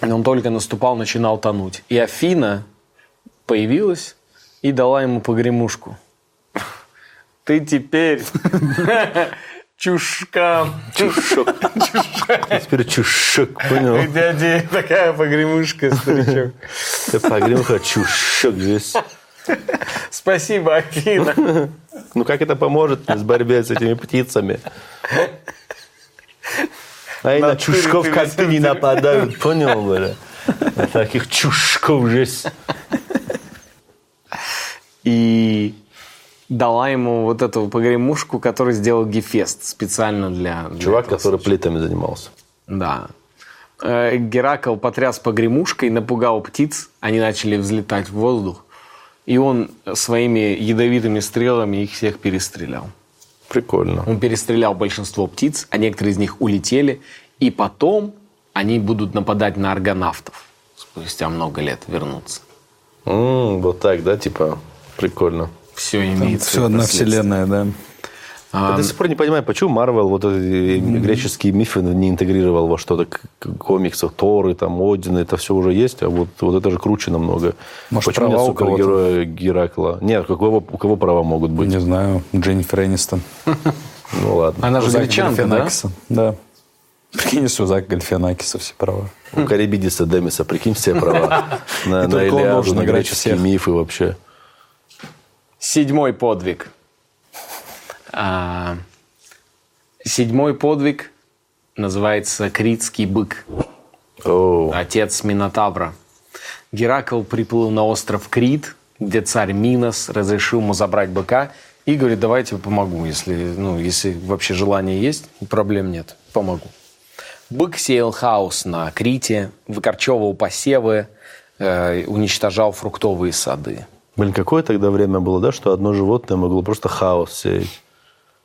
И он только наступал, начинал тонуть. И Афина появилась и дала ему погремушку. Ты теперь <laughs> чушка. Чушок. Теперь чушок, понял? <laughs> Дядя, такая погремушка, старичок. Я погремуха, чушок здесь. Спасибо, Афина. Ну как это поможет мне с борьбе с этими птицами? А и на чушков как ты не нападают, понял, бля? На таких чушков жесть. И дала ему вот эту погремушку, которую сделал Гефест специально для... для Чувак, который плитами занимался. Да. Э, Геракл потряс погремушкой, напугал птиц, они начали взлетать в воздух, и он своими ядовитыми стрелами их всех перестрелял. Прикольно. Он перестрелял большинство птиц, а некоторые из них улетели, и потом они будут нападать на аргонавтов. Спустя много лет вернутся. М, вот так, да, типа, прикольно. Все имеется. Все одна вселенная, да. Я до сих пор не понимаю, почему Марвел вот эти греческие мифы не интегрировал во что-то, к- к- комиксы, Торы, там, Один, это все уже есть, а вот, вот это же круче намного. Может, почему права нет у кого-то? супергероя Геракла? Нет, какого, у кого права могут быть? Ну, Не знаю, Дженнифер Энистон. Ну ладно. Она же Зак гречанка, да? Гальфианакиса. Да. Прикинь, если у Зака Гальфианакиса все права. У Карибидиса Демиса, прикинь, <laughs> все права. На, И только на он Илиаду, должен на играть греческие всех. мифы вообще. Седьмой подвиг. А, седьмой подвиг называется «Критский бык». Оу. Отец Минотавра. Геракл приплыл на остров Крит, где царь Минос разрешил ему забрать быка и говорит, давай я тебе помогу, если, ну, если вообще желание есть, проблем нет, помогу. Бык сеял хаос на Крите, выкорчевывал посевы, э, уничтожал фруктовые сады. Блин, какое тогда время было, да, что одно животное могло просто хаос сеять.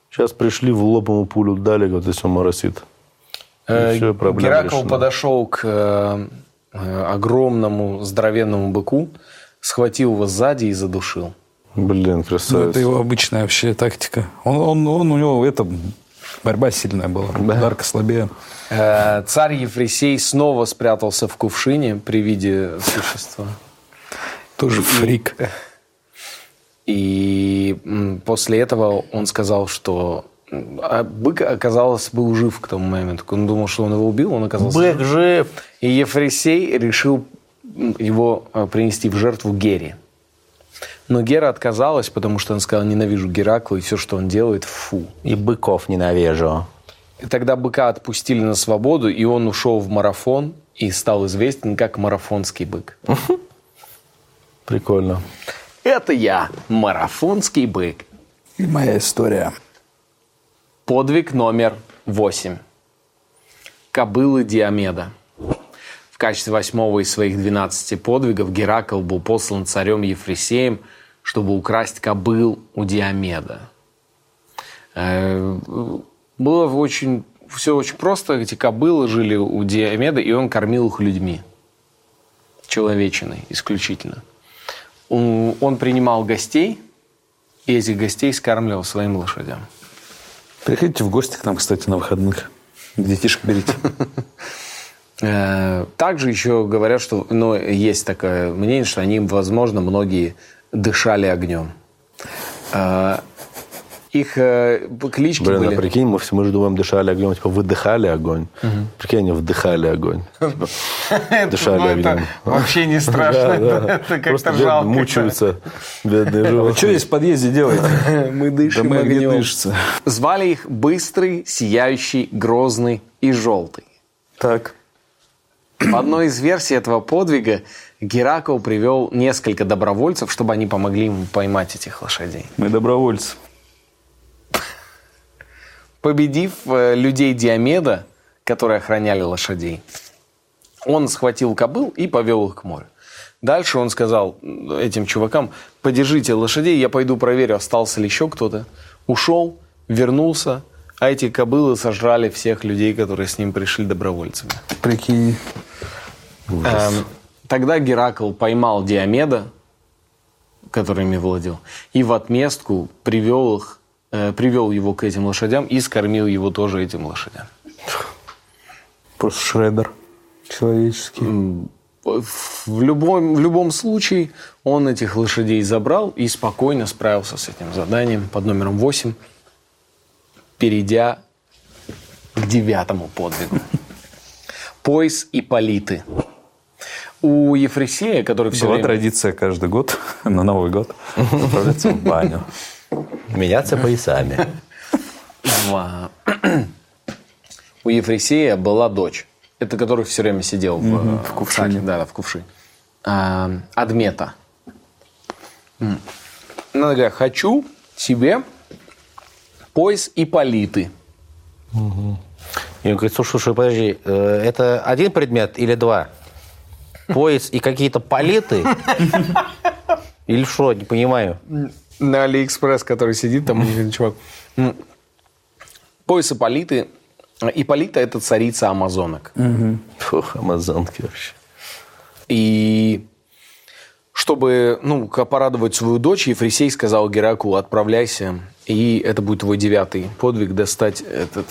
Сейчас пришли, в лоб ему пулю дали, вот если он моросит. Э, всё, проблема Геракл решена. подошел к э, э, огромному здоровенному быку, схватил его сзади и задушил. Блин, Ну, красавец. это его обычная вообще тактика. Он, он, он у него это борьба сильная была. Ударка слабее. Э, Царь Ефресей снова спрятался в кувшине при виде существа. Тоже фрик. И м, после этого он сказал, что м, а бык оказалось был жив к тому моменту. Он думал, что он его убил, он оказался Бык жив. И Ефресей решил м, его а, принести в жертву Гере. Но Гера отказалась, потому что он сказал, ненавижу Геракла и все, что он делает, фу. И быков ненавижу. И тогда быка отпустили на свободу, и он ушел в марафон и стал известен как марафонский бык. Прикольно. Это я, марафонский бык. И моя история. Подвиг номер восемь. Кобылы Диомеда. В качестве восьмого из своих 12 подвигов Геракл был послан царем Ефресеем, чтобы украсть кобыл у Диомеда. Э, Было очень, все очень просто. Эти кобылы жили у Диомеда, и он кормил их людьми. Человечиной исключительно. Он он принимал гостей, и этих гостей скармливал своим лошадям. Приходите в гости к нам, кстати, на выходных. Детишек берите. Э, Также еще говорят, что ну, есть такое мнение, что они, возможно, многие дышали огнем. Э, Их э, клички Блин, были... а прикинь, мы, все- мы же думаем, дышали огнем, типа выдыхали огонь. Мгм. Прикинь, они вдыхали <laughs> огонь. Типа, ну, Дышали это огнем. вообще <laughs> не страшно. Да, да. Это как-то Просто бедные жалко, да. мучаются. Бедные А вы животные. что здесь в подъезде <laughs> делаете? Мы дышим Да мы огне огнем. дышится. Звали их Быстрый, Сияющий, Грозный и Желтый. Так. В одной из версий этого подвига Геракл привел несколько добровольцев, чтобы они помогли ему поймать этих лошадей. Мы добровольцы. Победив э, людей Диомеда, которые охраняли лошадей, он схватил кобыл и повел их к морю. Дальше он сказал э, этим чувакам, подержите лошадей, я пойду проверю, остался ли еще кто-то. Ушел, вернулся, а эти кобылы сожрали всех людей, которые с ним пришли добровольцами. Прикинь. Эм, тогда Геракл поймал Диомеда, которыми владел, и в отместку привел, их, э, привел его к этим лошадям и скормил его тоже этим лошадям. Просто шредер. Человеческий. В любом, в любом случае он этих лошадей забрал и спокойно справился с этим заданием под номером 8, перейдя к девятому подвигу. Пояс Иполиты. У Ефресея, который все Была время... традиция каждый год <laughs> на Новый год отправляться в баню. Меняться поясами. Ва. Ну, а <clears throat> У Ефресея была дочь. Это который все время сидел в, Мгм, э, саке. Да, да, в кувшине. А, Адмета. М. Она такая, хочу себе пояс Иполиты. И он говорит, слушай, слушай, подожди, э, это один предмет или два? Пояс и какие-то палеты? Или что, не понимаю. На Алиэкспресс, который сидит там, один чувак. М. Пояс Иполиты. Иполита – это царица амазонок. Фух, амазонки вообще. И чтобы ну, к- порадовать свою дочь, Ефресей сказал Гераку, отправляйся, и это будет твой девятый подвиг достать этот...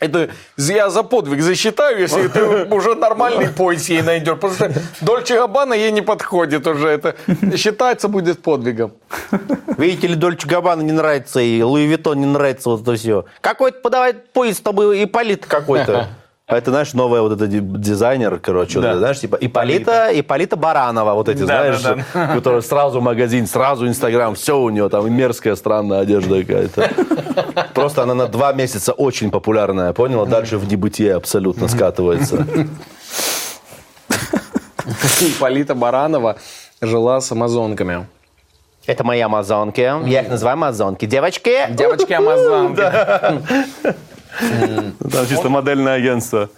Это я за подвиг засчитаю, если ты уже нормальный пояс ей найдешь. Потому что Дольче Габбана ей не подходит уже. Это считается будет подвигом. Видите ли, Дольче Габбана не нравится, и Луи Виттон не нравится, вот это все. Какой-то подавать пояс, чтобы и палит <laughs> какой-то. А это, знаешь, новая вот эта ди- дизайнер, короче, вот Да. это, знаешь, типа Иполита, Полита, Иполита Баранова, вот эти, ты знаешь, знаешь, <laughs> который сразу магазин, сразу Инстаграм, все у нее там и мерзкая странная одежда <laughs> какая-то. Просто она на два месяца очень популярная, поняла? Дальше в небытие абсолютно скатывается. Полита Баранова жила с амазонками. Это мои амазонки. Я их называю амазонки. Девочки! Девочки-амазонки. <laughs> Там чисто модельное агентство.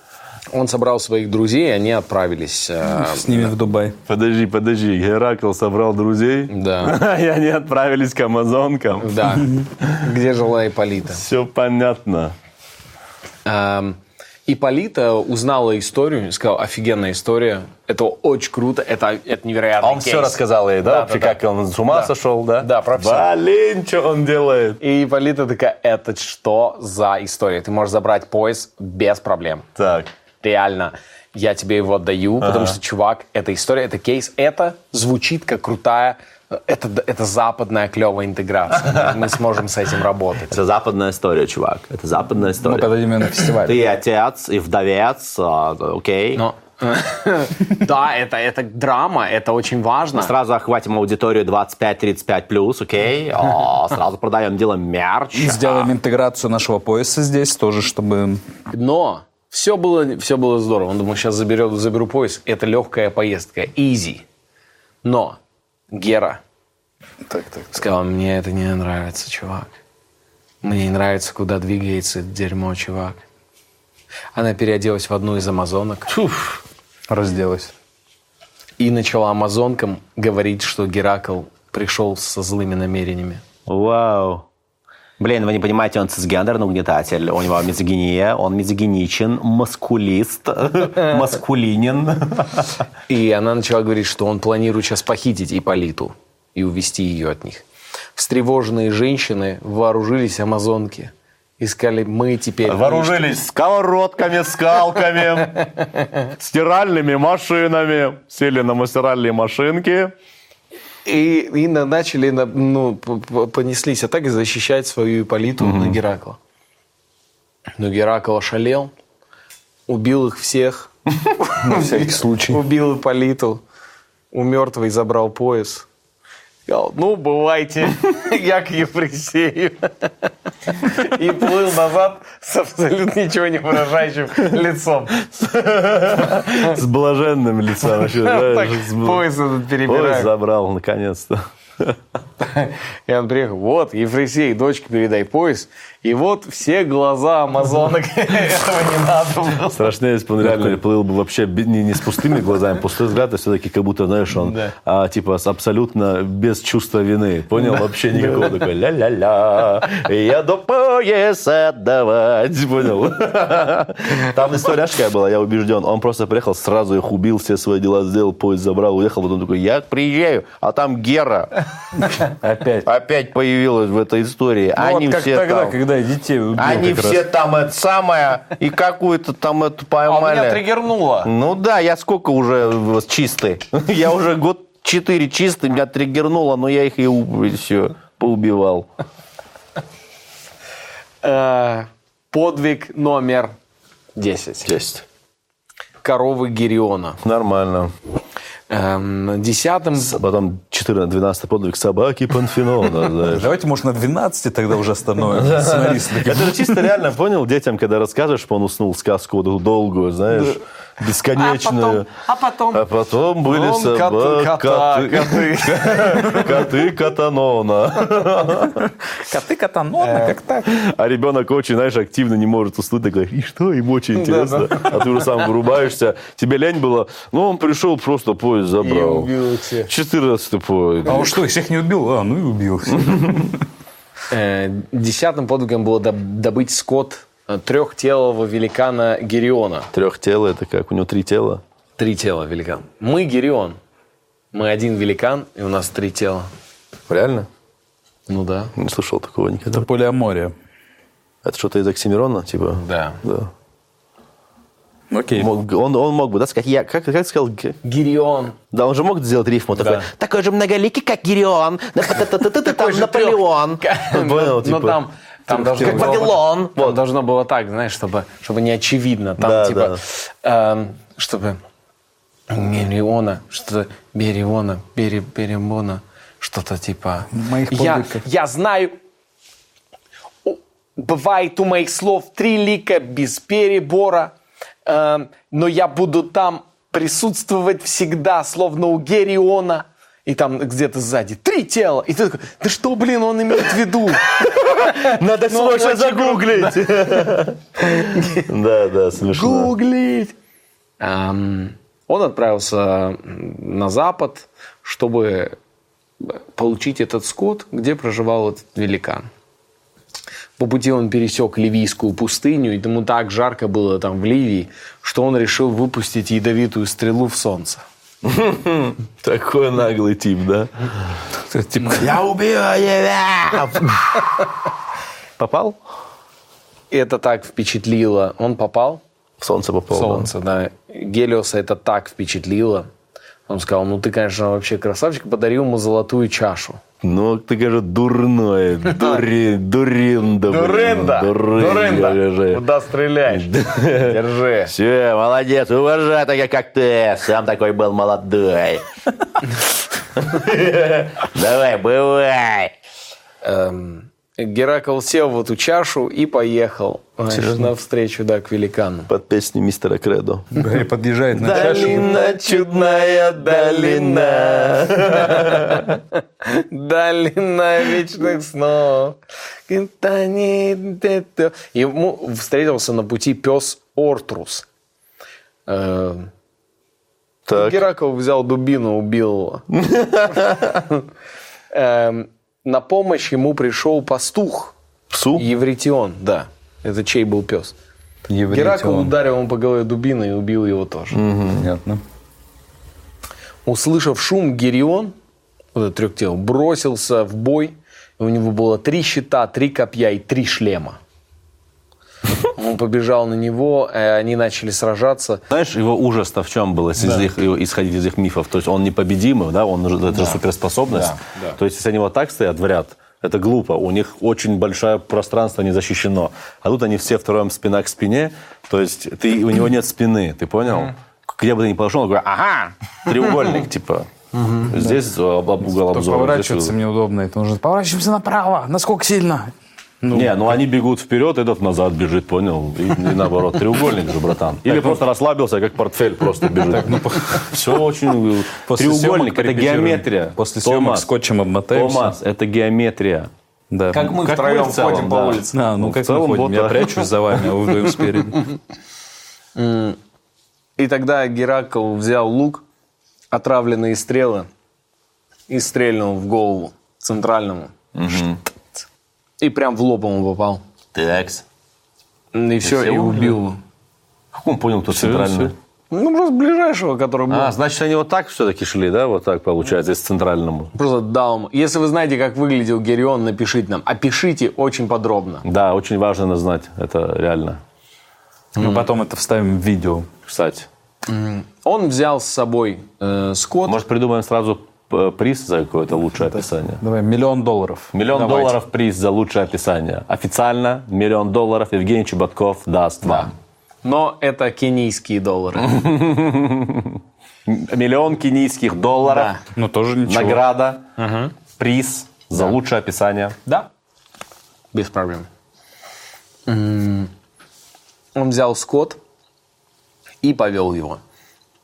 Он собрал своих друзей, и они отправились. э, С ними в Дубай. Подожди, подожди, Геракл собрал друзей. Да. <laughs> И они отправились к амазонкам. Да. Где жила Иполита? Все понятно. Эм, Иполита узнала историю, сказала, офигенная история, это очень круто, это, это невероятно. А он всё рассказал ей, да, вообще, как он с ума сошел, да? Да, про все. Блин, что он делает. И Иполита такая, это что за история? Ты можешь забрать пояс без проблем. Так. Реально. Я тебе его отдаю, потому Ага. что, чувак, эта история, это кейс, это звучит как крутая Это, это западная клевая интеграция. Мы сможем с этим работать. Это западная история, чувак. Это западная история. Мы Ну, подадим ее на фестиваль. Ты отец и вдовец, а, окей. Ну, Но <laughs> Да, это, это драма, это очень важно. Сразу охватим аудиторию 25-35 плюс, окей. О, Сразу продаем дело мерч. А. Сделаем интеграцию нашего пояса здесь тоже, чтобы... Но все было, все было здорово. Он думал, сейчас заберу, заберу пояс. Это легкая поездка, easy. Но Гера сказал, мне это не нравится, чувак. Мне не нравится, куда двигается это дерьмо, чувак. Она переоделась в одну из амазонок. Разделась. И начала амазонкам говорить, что Геракл пришел со злыми намерениями. Вау. Блин, вы не понимаете, он цисгендерный угнетатель, у него мизогиния, он мизогиничен, маскулист, <laughs> маскулинен. И она начала говорить, что он планирует сейчас похитить Иполиту и увести ее от них. Встревоженные женщины вооружились амазонки и сказали, мы теперь... Вооружились сковородками, скалками, стиральными машинами. Сели на мастеральные машинки. И, и на- начали, на- ну, п- п- понеслись атаки защищать свою Иполиту на Геракла. Но Геракл ошалел, убил их всех. <laughs> На всякий случай. Убил Иполиту. У мертвой забрал пояс. Сказал, ну, бывайте, <laughs> я к Еврексею. <laughs> И плыл назад с абсолютно ничего не выражающим лицом. С блаженным лицом. вообще, Вот так знаешь, с бл- Пояс этот Поезд перебирает. забрал, наконец-то. И он приехал, вот, Ефресей, дочке передай пояс. И вот все глаза амазонок. Этого не надо было. Страшнее, если бы он реально плыл бы вообще бе- не, не с пустыми глазами, пустой взгляд, а все-таки как будто, знаешь, он Да. а, типа с абсолютно без чувства вины. Понял? Вообще никакого такой ля-ля-ля, я до пояса отдавать. Понял? Там история аж какая была, я убежден. Он просто приехал, сразу их убил, все свои дела сделал, поезд забрал, уехал. Потом такой, я приезжаю, а там Гера Опять. Ну, опять появилась в этой истории. Они вот как все тогда, там. когда я детей убил Они как все раз. там это самое, и какую-то там это А у поймали. меня триггернуло. Ну да, я сколько уже вот чистый? <laughs> Я уже год четыре чистый, меня триггернуло, но я их и, уб- и все, поубивал. Э, Подвиг номер 10. Есть. Коровы Гериона. Нормально. Эм, Десятым... А Потом 14, 12 подвиг собаки Панфенона, <laughs> знаешь. Давайте, может, на 12 тогда уже остановим. Сценаристы. Это же чисто реально, понял, детям, когда расскажешь, чтобы он уснул сказку дол- долгую, знаешь, бесконечную. А потом... А потом были Потом коты- собаки, кота- коты, <laughs> коты катанона. Коты катанона, как так? А ребенок очень, знаешь, активно не может уснуть, такой, и что, им очень интересно. А ты уже сам вырубаешься, тебе лень было. Ну, он пришел, просто поезд забрал. убил всех. 14 поезд. А он что, их всех не убил? А, ну и убил. всех. Э, Десятым подвигом было доб- добыть скот э, трехтелого великана Гериона. Трех тела, это как? У него три тела? Три тела великан. Мы Герион. Мы один великан, и у нас три тела. Реально? Ну да. Не слышал такого никогда. Полиамория. Это что-то из Оксимирона, типа? Да. Да. Окей. Мог- он, он мог бы, да, сказать, я, как, как сказал, Г- Герион. да, он же мог сделать рифму такой, такой же многоликий, как Гирион, там же Наполеон, Но понял, типа, ну, там, там должно как было- Вавилон. Там должно было так, знаешь, чтобы, чтобы не очевидно. Там Да, типа, эм, чтобы Миллиона, что-то Бериона, Бери, Беремона, что-то типа. Моих я, подвигов. я знаю, у- бывает у моих слов три лика без перебора, эм, но я буду там присутствовать всегда, словно у Гериона. И там где-то сзади три тела. И ты такой, да что, блин, он имеет в виду? <laughs> Ну, Надо срочно загуглить. <laughs> Да, да, смешно. Гуглить. Эм, Он отправился на запад, чтобы получить этот скот, где проживал этот великан. По пути он пересек Ливийскую пустыню, и ему так жарко было там в Ливии, что он решил выпустить ядовитую стрелу в солнце. Такой наглый тип, да? Это Типа, Я убью тебя! Попал? И это так впечатлило. Он попал В солнце попал. да. солнце, да. Гелиоса это так впечатлило, Он сказал, ну ты, конечно, вообще красавчик, подарил ему золотую чашу. Ну, ты, говорю, дурное, дури, дуринда. блин, Дуренда. Дуринда. Дуренда. говорю. Куда стреляешь? Держи. Все, молодец, уважай так, как ты. Сам такой был молодой. Давай, бывай. Эм, Геракл сел в эту чашу и поехал значит, Серьезно? навстречу, да, к великану. Под песню мистера Кредо. Да, и подъезжает на чашу. Долина, чудная долина. <laughs> Долина вечных снов. Ему встретился на пути пес Ортрус. Э, Геракл взял дубину, убил его. Эм, На помощь ему пришел пастух. Псу? Евритион, да. Это чей был пес? Евритион. Геракл ударил ему по голове дубиной и убил его тоже. Понятно. Услышав шум, Герион, вот этот трехтел, бросился в бой. И у него было три щита, три копья и три шлема. Он побежал на него, э, они начали сражаться. Знаешь, его ужас-то в чем было, если из их- его- исходить из их мифов? То есть он непобедимый, да, он же- это же суперспособность. Да, да. То есть если они вот так стоят в ряд, это глупо, у них очень большое пространство не защищено. А тут они все втроем спина к спине, то есть ты, у него нет спины, ты понял? Где бы ты ни положил, он говорит, ага, треугольник, типа. Здесь э, об- об- угол Только обзора. поворачиваться здесь- мне удобно. Это нужно. Поворачиваемся направо. Насколько сильно? не, ну они бегут вперед, этот назад бежит, понял? И, и наоборот, треугольник же, братан. ну. Или просто расслабился, как портфель просто бежит. Все очень... э, После съемок треугольник, это порепетируем. геометрия. После съемок Томас, скотчем обмотаемся. Томас, это геометрия. Да. А, Как мы втроем ходим по улице. А, ну, Ну, в как целом, мы ходим? вот Я так. прячусь за вами, а вы вдвоем <laughs> спереди. М, И тогда Геракл взял лук, отравленные стрелы, и стрельнул в голову центральному. И прям в лоб ему попал. Такс. И все, и убил его. Как он понял, кто центральный? Ну, просто ближайшего, который был. А, значит, они вот так все-таки шли, да? Вот так получается, из центральному. Просто даум. Если вы знаете, как выглядел Герион, напишите нам. Опишите очень подробно. Да, очень важно это знать, это реально. Мы потом это вставим в видео. Кстати. Он взял с собой э, скот. Может, придумаем сразу э, приз за какое-то лучшее описание? Давай, миллион долларов. Миллион Давайте. долларов приз за лучшее описание. Официально миллион долларов Евгений Чеботков даст вам. Но это кенийские доллары. Миллион кенийских долларов. Ну, тоже ничего. Награда. Приз за лучшее описание. Да. Без проблем. М, Он взял скот и повел его.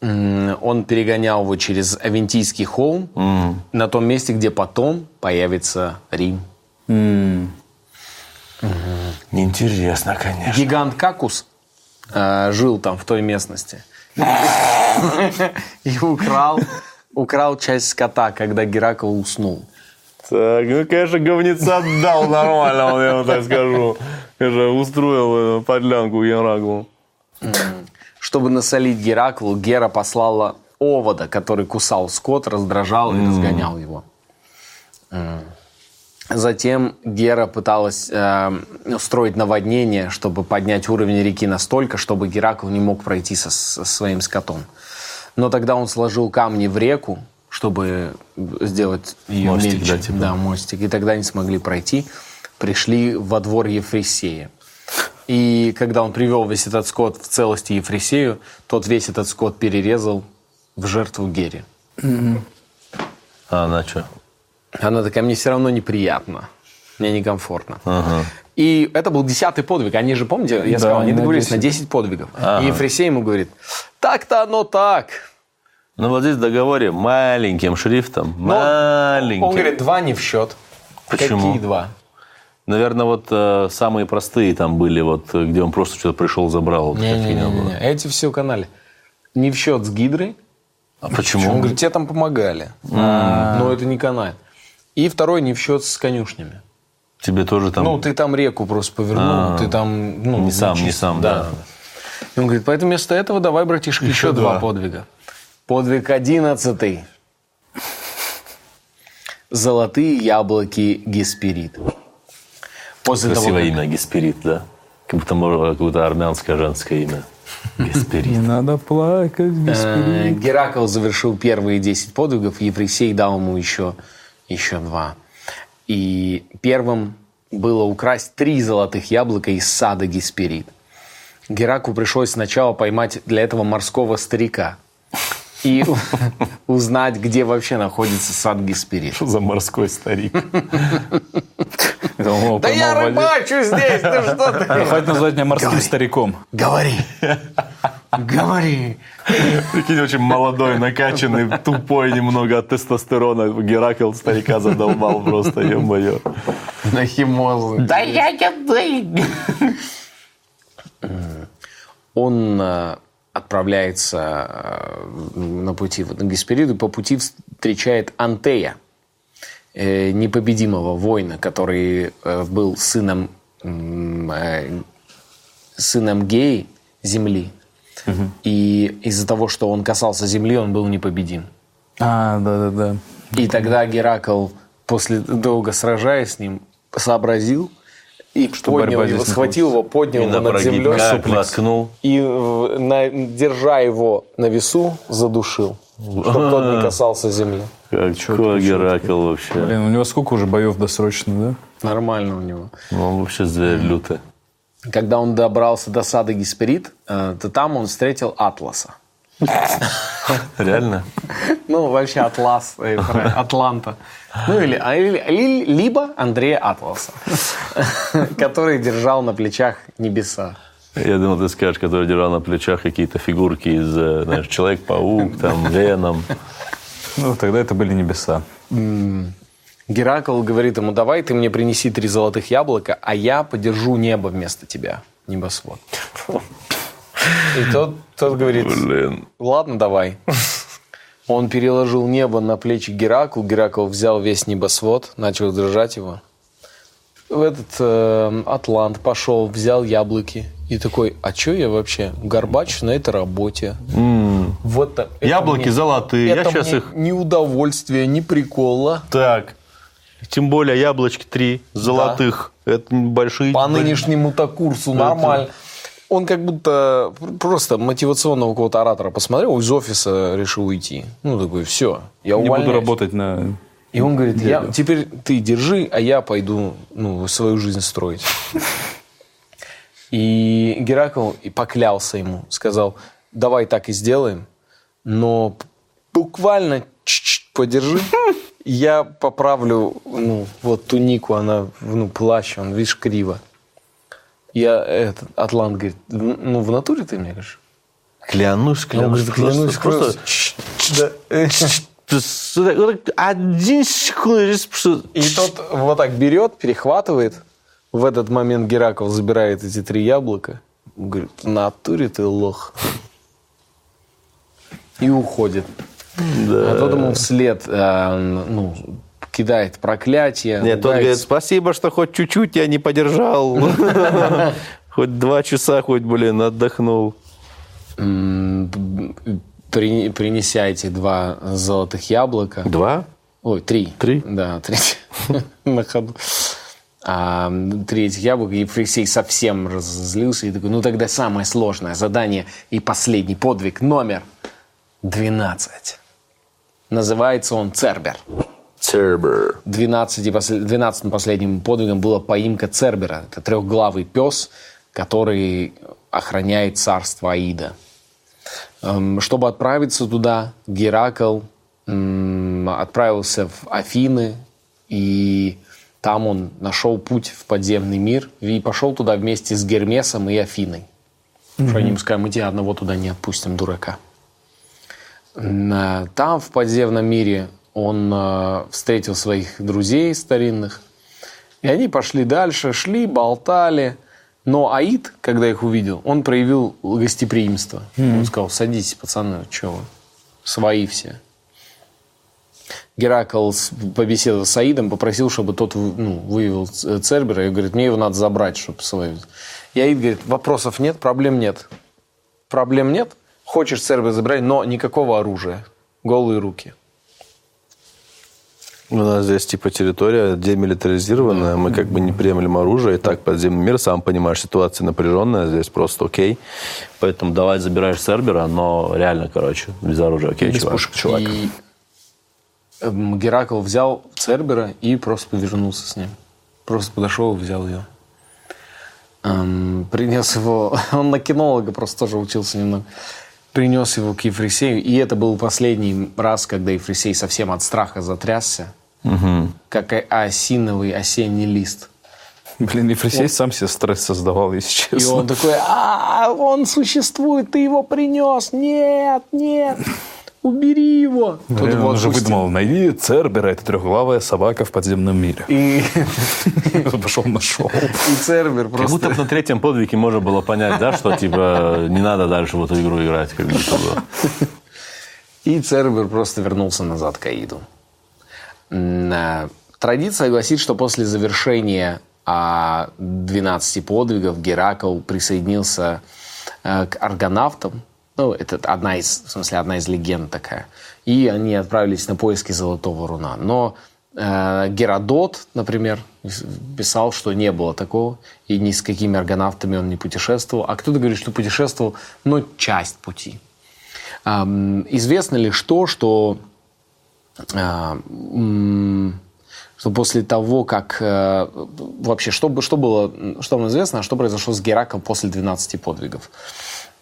М, Он перегонял его через Авентийский холм на том месте, где потом появится Рим. Неинтересно, конечно. Гигант Какус э, жил там, в той местности. И украл, украл часть скота, когда Геракл уснул. Так, ну, конечно, говнеца дал нормально, я вам так скажу. Конечно, э, устроил подлянку Генраглу. Чтобы насолить Гераклу, Гера послала овода, который кусал скот, раздражал и разгонял его. М. Затем Гера пыталась э, устроить наводнение, чтобы поднять уровень реки настолько, чтобы Геракл не мог пройти со, со своим скотом. Но тогда он сложил камни в реку, чтобы сделать ее Мостик, мельче. да, типа? Да, мостик. И тогда не смогли пройти. Пришли во двор Ефресея. И когда он привел весь этот скот в целости Ефресею, тот весь этот скот перерезал в жертву Гере. А она что? Она такая, мне все равно неприятно. Мне некомфортно. Ага. И это был десятый подвиг. Они же, помните, я сказал, они на договорились на 10 подвигов. И Ефресей ему говорит, так-то оно так. Ну, вот здесь в договоре маленьким шрифтом. Но он- маленьким. Он говорит, два не в счет. Почему? Какие два? Наверное, вот э, самые простые там были, вот э, где он просто что-то пришел, забрал. Вот, таких не было. Не-не-не, эти все канали. Не в счет с Гидрой. А почему? Он говорит, тебе там помогали. Но это не канает. И второй не в счет с конюшнями. Тебе тоже там Ну, ты там реку просто повернул, А, ты там... Ну, не сам, не чист. сам, да. И он говорит, поэтому вместо этого давай, братишка, еще, два подвига. Подвиг одиннадцатый. Золотые яблоки Гесперид. После красивое того, как- имя, Гесперид, да? Как будто можно какое-то армянское женское имя. Беспирит. <laughs> Не надо плакать, Э, беспирит. Геракл завершил первые 10 подвигов, Еврисей дал ему еще, еще два. И первым было украсть три золотых яблока из сада Гесперид. Гераку пришлось сначала поймать для этого морского старика и <laughs> узнать, где вообще находится сад Гесперид. Что за морской старик? <laughs> Да я рыбачу здесь, ты что ты? Хватит назвать меня морским стариком. <laughs> Говори. Говори. Прикинь, очень молодой, накачанный, тупой немного от тестостерона. Геракл старика задолбал просто, ё-моё. На химозу. Да я я Э, он э, отправляется э, на пути вот на Геспериду, по пути встречает Антея, э, непобедимого воина, который э, был сыном, м, э, сыном геи земли. И из-за того, что он касался земли, он был непобедим. А, да-да-да. И тогда Геракл, после долго сражаясь с ним, сообразил и поднял борьба здесь его, не схватил его, поднял И его на над прогиб землей как воткнул. и, в- на- держа его на весу, задушил, чтобы тот не касался земли. Как Какой Геракл вообще? Блин, у него сколько уже боев досрочно, Нормально у него. Ну, Он вообще зверь лютый. Когда он добрался до сада Гесперид, э, то там он встретил Атласа. Реально? Ну, вообще Атлас, э, про- Атланта. Ну, или, а, или- или- либо Андрея Атласа, <laughs> который держал на плечах небеса. Я думал, ты скажешь, который держал на плечах какие-то фигурки из, э, знаешь, Человек-паук, там, Веном. Ну, тогда это были небеса. М, Геракл говорит ему, давай ты мне принеси три золотых яблока, а я подержу небо вместо тебя, небосвод. И тот, тот говорит, ладно, давай. Он переложил небо на плечи Гераклу, Геракл взял весь небосвод, начал держать его. В Этот э, атлант пошел, взял яблоки и такой, а че я вообще? Горбач на этой работе. М. Вот так. Это Яблоки мне- золотые, я это щас мне их- Ни удовольствия, ни прикола. Так. Тем более яблочки три золотых. Это большие. По нынешнему-то курсу нормально. Он как будто просто мотивационного какого-то оратора посмотрел, из офиса решил уйти. Ну, такой, все, я Не буду увольняюсь». работать на... И он говорит, «Э, я, теперь ты держи, а я пойду ну, свою жизнь строить. И Геракл и поклялся ему, сказал, давай так и сделаем, но буквально чуть-чуть подержи, я поправлю ну, вот тунику, она, ну, плащ, он, видишь, криво. Я, этот, Атлант говорит, «В- ну, в натуре ты мне говоришь? Клянусь, клянусь. А Он говорит, «Клянусь, просто- <laughs> просто- Один секунд. просто- И тот вот так берет, перехватывает. В этот момент Гераков забирает эти три яблока. Говорит, в натуре ты лох. И уходит. А тот ему вслед э, ну, кидает проклятие. Нет, тот ругается. говорит, спасибо, что хоть чуть-чуть я не <laughs> подержал. Хоть два часа, хоть, блин, отдохнул. М, при- принеся эти два золотых яблока. Два? Ой, три. Три? Да, три. <laughs> На ходу. А, три этих яблока, и Фрисей совсем разозлился и такой, ну тогда самое сложное задание и последний подвиг номер 12. Называется он Цербер. Цербер. 12 и посл- 12 последним подвигом была поимка Цербера. Это трехглавый пес, который охраняет царство Аида. Эм, Чтобы отправиться туда, Геракл м, отправился в Афины, и там он нашел путь в подземный мир и пошел туда вместе с Гермесом и Афиной. Что они ему сказали, мы тебя одного туда не отпустим, дурака. На- э, Там, в подземном мире, он э, встретил своих друзей старинных. И они пошли дальше, шли, болтали. Но Аид, когда их увидел, он проявил гостеприимство. Он сказал, садитесь, пацаны, что вы, свои все. Геракл с- побеседовал с Аидом, попросил, чтобы тот вы- ну, выявил Ц- Цербера. И говорит, мне его надо забрать, чтобы свою... И Аид говорит, вопросов нет, проблем нет. Проблем нет. Хочешь Цербера забирай, но никакого оружия. Голые руки. У нас здесь типа территория демилитаризированная, мы как бы не приемлем оружие, и так подземный мир, сам понимаешь, ситуация напряженная, здесь просто окей. Поэтому давай забираешь сервера, но реально, короче, без оружия, окей, Без чувак. пушек, чувак. И эм, Геракл взял Цербера и просто повернулся с ним. Просто подошел и взял ее. Эм, принес его... <laughs> Он на кинолога просто тоже учился немного. Принес его к Ефресею. И это был последний раз, когда Ефресей совсем от страха затрясся. Мгм. Как о- осиновый осенний лист. Блин, Ефресей сам себе стресс создавал, если И честно. он такой, а он существует, ты его принес, нет, нет, убери его. Тут Реально, его он же отпустил. выдумал, найди Цербера, это трехглавая собака в подземном мире. <laughs> И... <laughs> Пошел нашел. И Цербер просто- Как будто бы на третьем подвиге можно было понять, да, что типа не надо дальше в эту игру играть, как будто бы. И Цербер просто вернулся назад к Аиду. М, э, Традиция гласит, что после завершения а, 12 подвигов Геракл присоединился э, к аргонавтам. Ну, это одна из, в смысле, одна из легенд такая. И они отправились на поиски Золотого Руна. Но э, Геродот, например, писал, что не было такого, и ни с какими аргонавтами он не путешествовал. А кто-то говорит, что путешествовал, но часть пути. Ам, Известно лишь то, что, а, м, что после того, как э, вообще что, бы- что было, м, что нам известно, а что произошло с Гераком после 12 подвигов.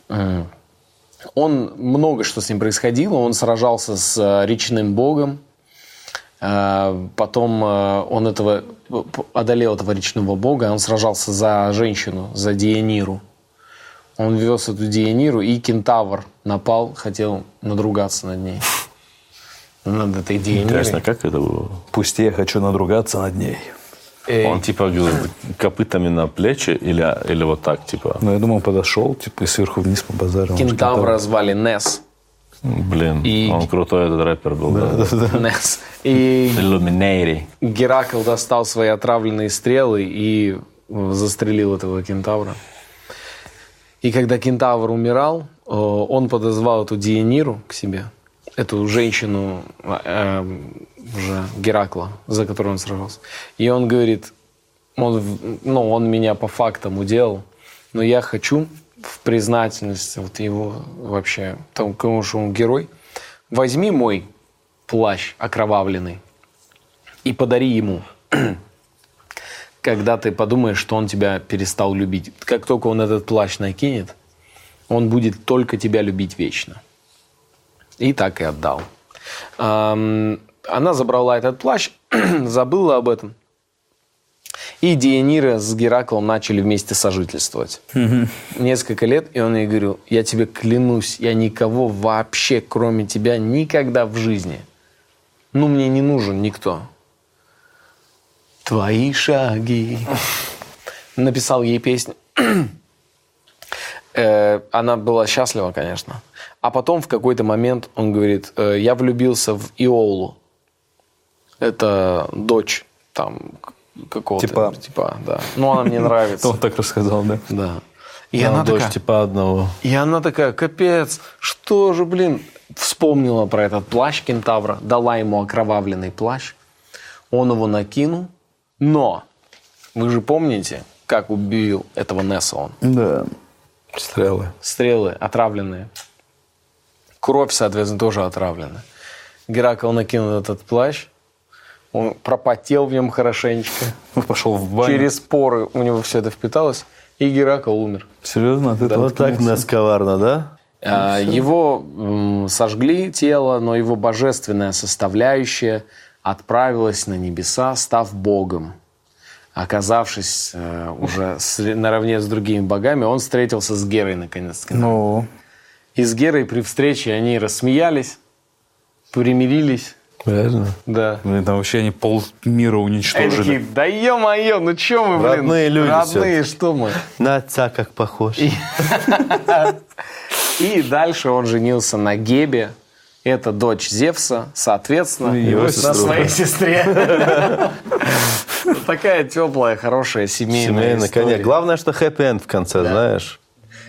М, Он много что с ним происходило, он сражался с э, речным богом, Э, Потом э, он этого п- п- одолел этого речного бога, он сражался за женщину, за Диениру. Он вез эту Диениру, и кентавр напал, хотел надругаться над ней. Над этой Диенирой. Интересно, как это было? Пусть я хочу надругаться над ней. Эй. Он типа г- копытами на плечи или, или вот так, типа. Ну, я думал, подошел, типа, и сверху вниз по базару. Кентавра звали Нес. Блин, он крутой этот рэпер был. <laughs> Да, Нес. И Illuminati. Геракл достал свои отравленные стрелы и э, застрелил этого кентавра. И когда кентавр умирал, э, он подозвал эту Диениру к себе, эту женщину э, эм, уже Геракла, за которую он сражался. И он говорит, он, в- ну, он меня по фактам уделал, но я хочу в признательность вот его вообще, тому, кому что он герой, возьми мой плащ окровавленный и подари ему. <clears throat> Когда ты подумаешь, что он тебя перестал любить. Как только он этот плащ накинет, он будет только тебя любить вечно. И так и отдал. Ам, Она забрала этот плащ, <clears throat> забыла об этом. И Диенира с Гераклом начали вместе сожительствовать. Несколько лет, и он ей говорил, я тебе клянусь, я никого вообще, кроме тебя, никогда в жизни. Ну, мне не нужен никто. Твои шаги. Написал ей песню. Э, Она была счастлива, конечно. А потом в какой-то момент он говорит, э, я влюбился в Иолу. Это дочь там к- какого-то. Типа. Типа, да. Ну, она мне нравится. Он так рассказал, да? <laughs> Да. И она такая, типа одного. и она такая, капец, что же, блин, вспомнила про этот плащ кентавра, дала ему окровавленный плащ, он его накинул, но вы же помните, как убил этого Несса он? Да. Стрелы. Стрелы отравленные. Кровь, соответственно, тоже отравлена. Геракл накинул этот плащ, он пропотел в нем хорошенечко, Пошел в баню. через поры у него все это впиталось, и Геракл умер. Серьезно? От этого Вот так откинулся? нас коварно, да? А, Его м, сожгли тело, но его божественная составляющая отправилась на небеса, став богом. Оказавшись э, уже с- наравне с другими богами, он встретился с Герой наконец-то. Ну, И с Герой при встрече они рассмеялись, примирились. Реально? Да. блин, там вообще они полмира Они такие, уничтожили. да ё-моё, ну чё мы, блин? Родные люди всё-таки. Родные, что мы? На отца как похож. И дальше он женился на Гебе. Это дочь Зевса, соответственно, его на сестру. своей сестре. Такая теплая, хорошая семейная Семейная, конечно. история. Главное, что хэппи-энд в конце, знаешь.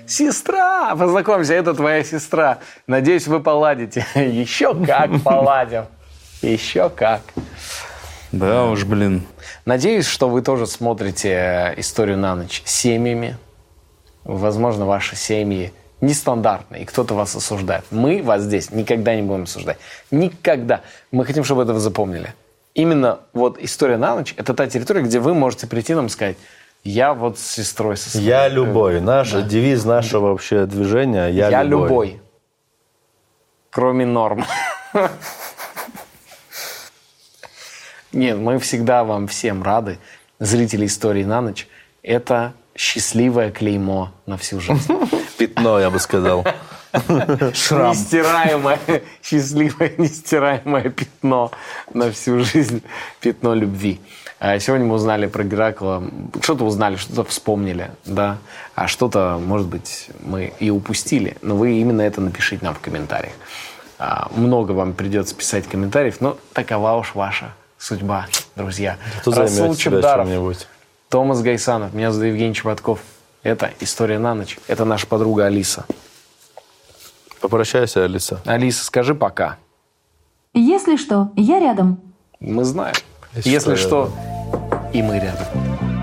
Сестра! Познакомься, это твоя сестра. <laughs> Надеюсь, вы поладите. Еще как поладим. Еще как. Да уж, блин. Надеюсь, что вы тоже смотрите э, историю на ночь с семьями. Возможно, ваши семьи нестандартные, и кто-то вас осуждает. Мы вас здесь никогда не будем осуждать. Никогда. Мы хотим, чтобы это вы запомнили. Именно вот история на ночь – это та территория, где вы можете прийти нам и сказать, я вот с сестрой со своей». Я любой. Наш девиз нашего вообще движения «Я, Я любой. Кроме норм. Нет, мы всегда вам всем рады. Зрители истории на ночь – это счастливое клеймо на всю жизнь. Пятно, я бы сказал. Шрам. Нестираемое, <laughs> счастливое, нестираемое пятно на всю жизнь. Пятно любви. А Сегодня мы узнали про Геракла. Что-то узнали, что-то вспомнили, да. А что-то, может быть, мы и упустили. Но вы именно это напишите нам в комментариях. А, Много вам придется писать комментариев, но такова уж ваша судьба, друзья. Кто займет тебя чем-нибудь? Томас Гайсанов, меня зовут Евгений Чеботков. Это «История на ночь». Это наша подруга Алиса. Попрощайся, Алиса. Алиса, скажи пока. Если что, я рядом. Мы знаем. Если Если что, что, и мы рядом.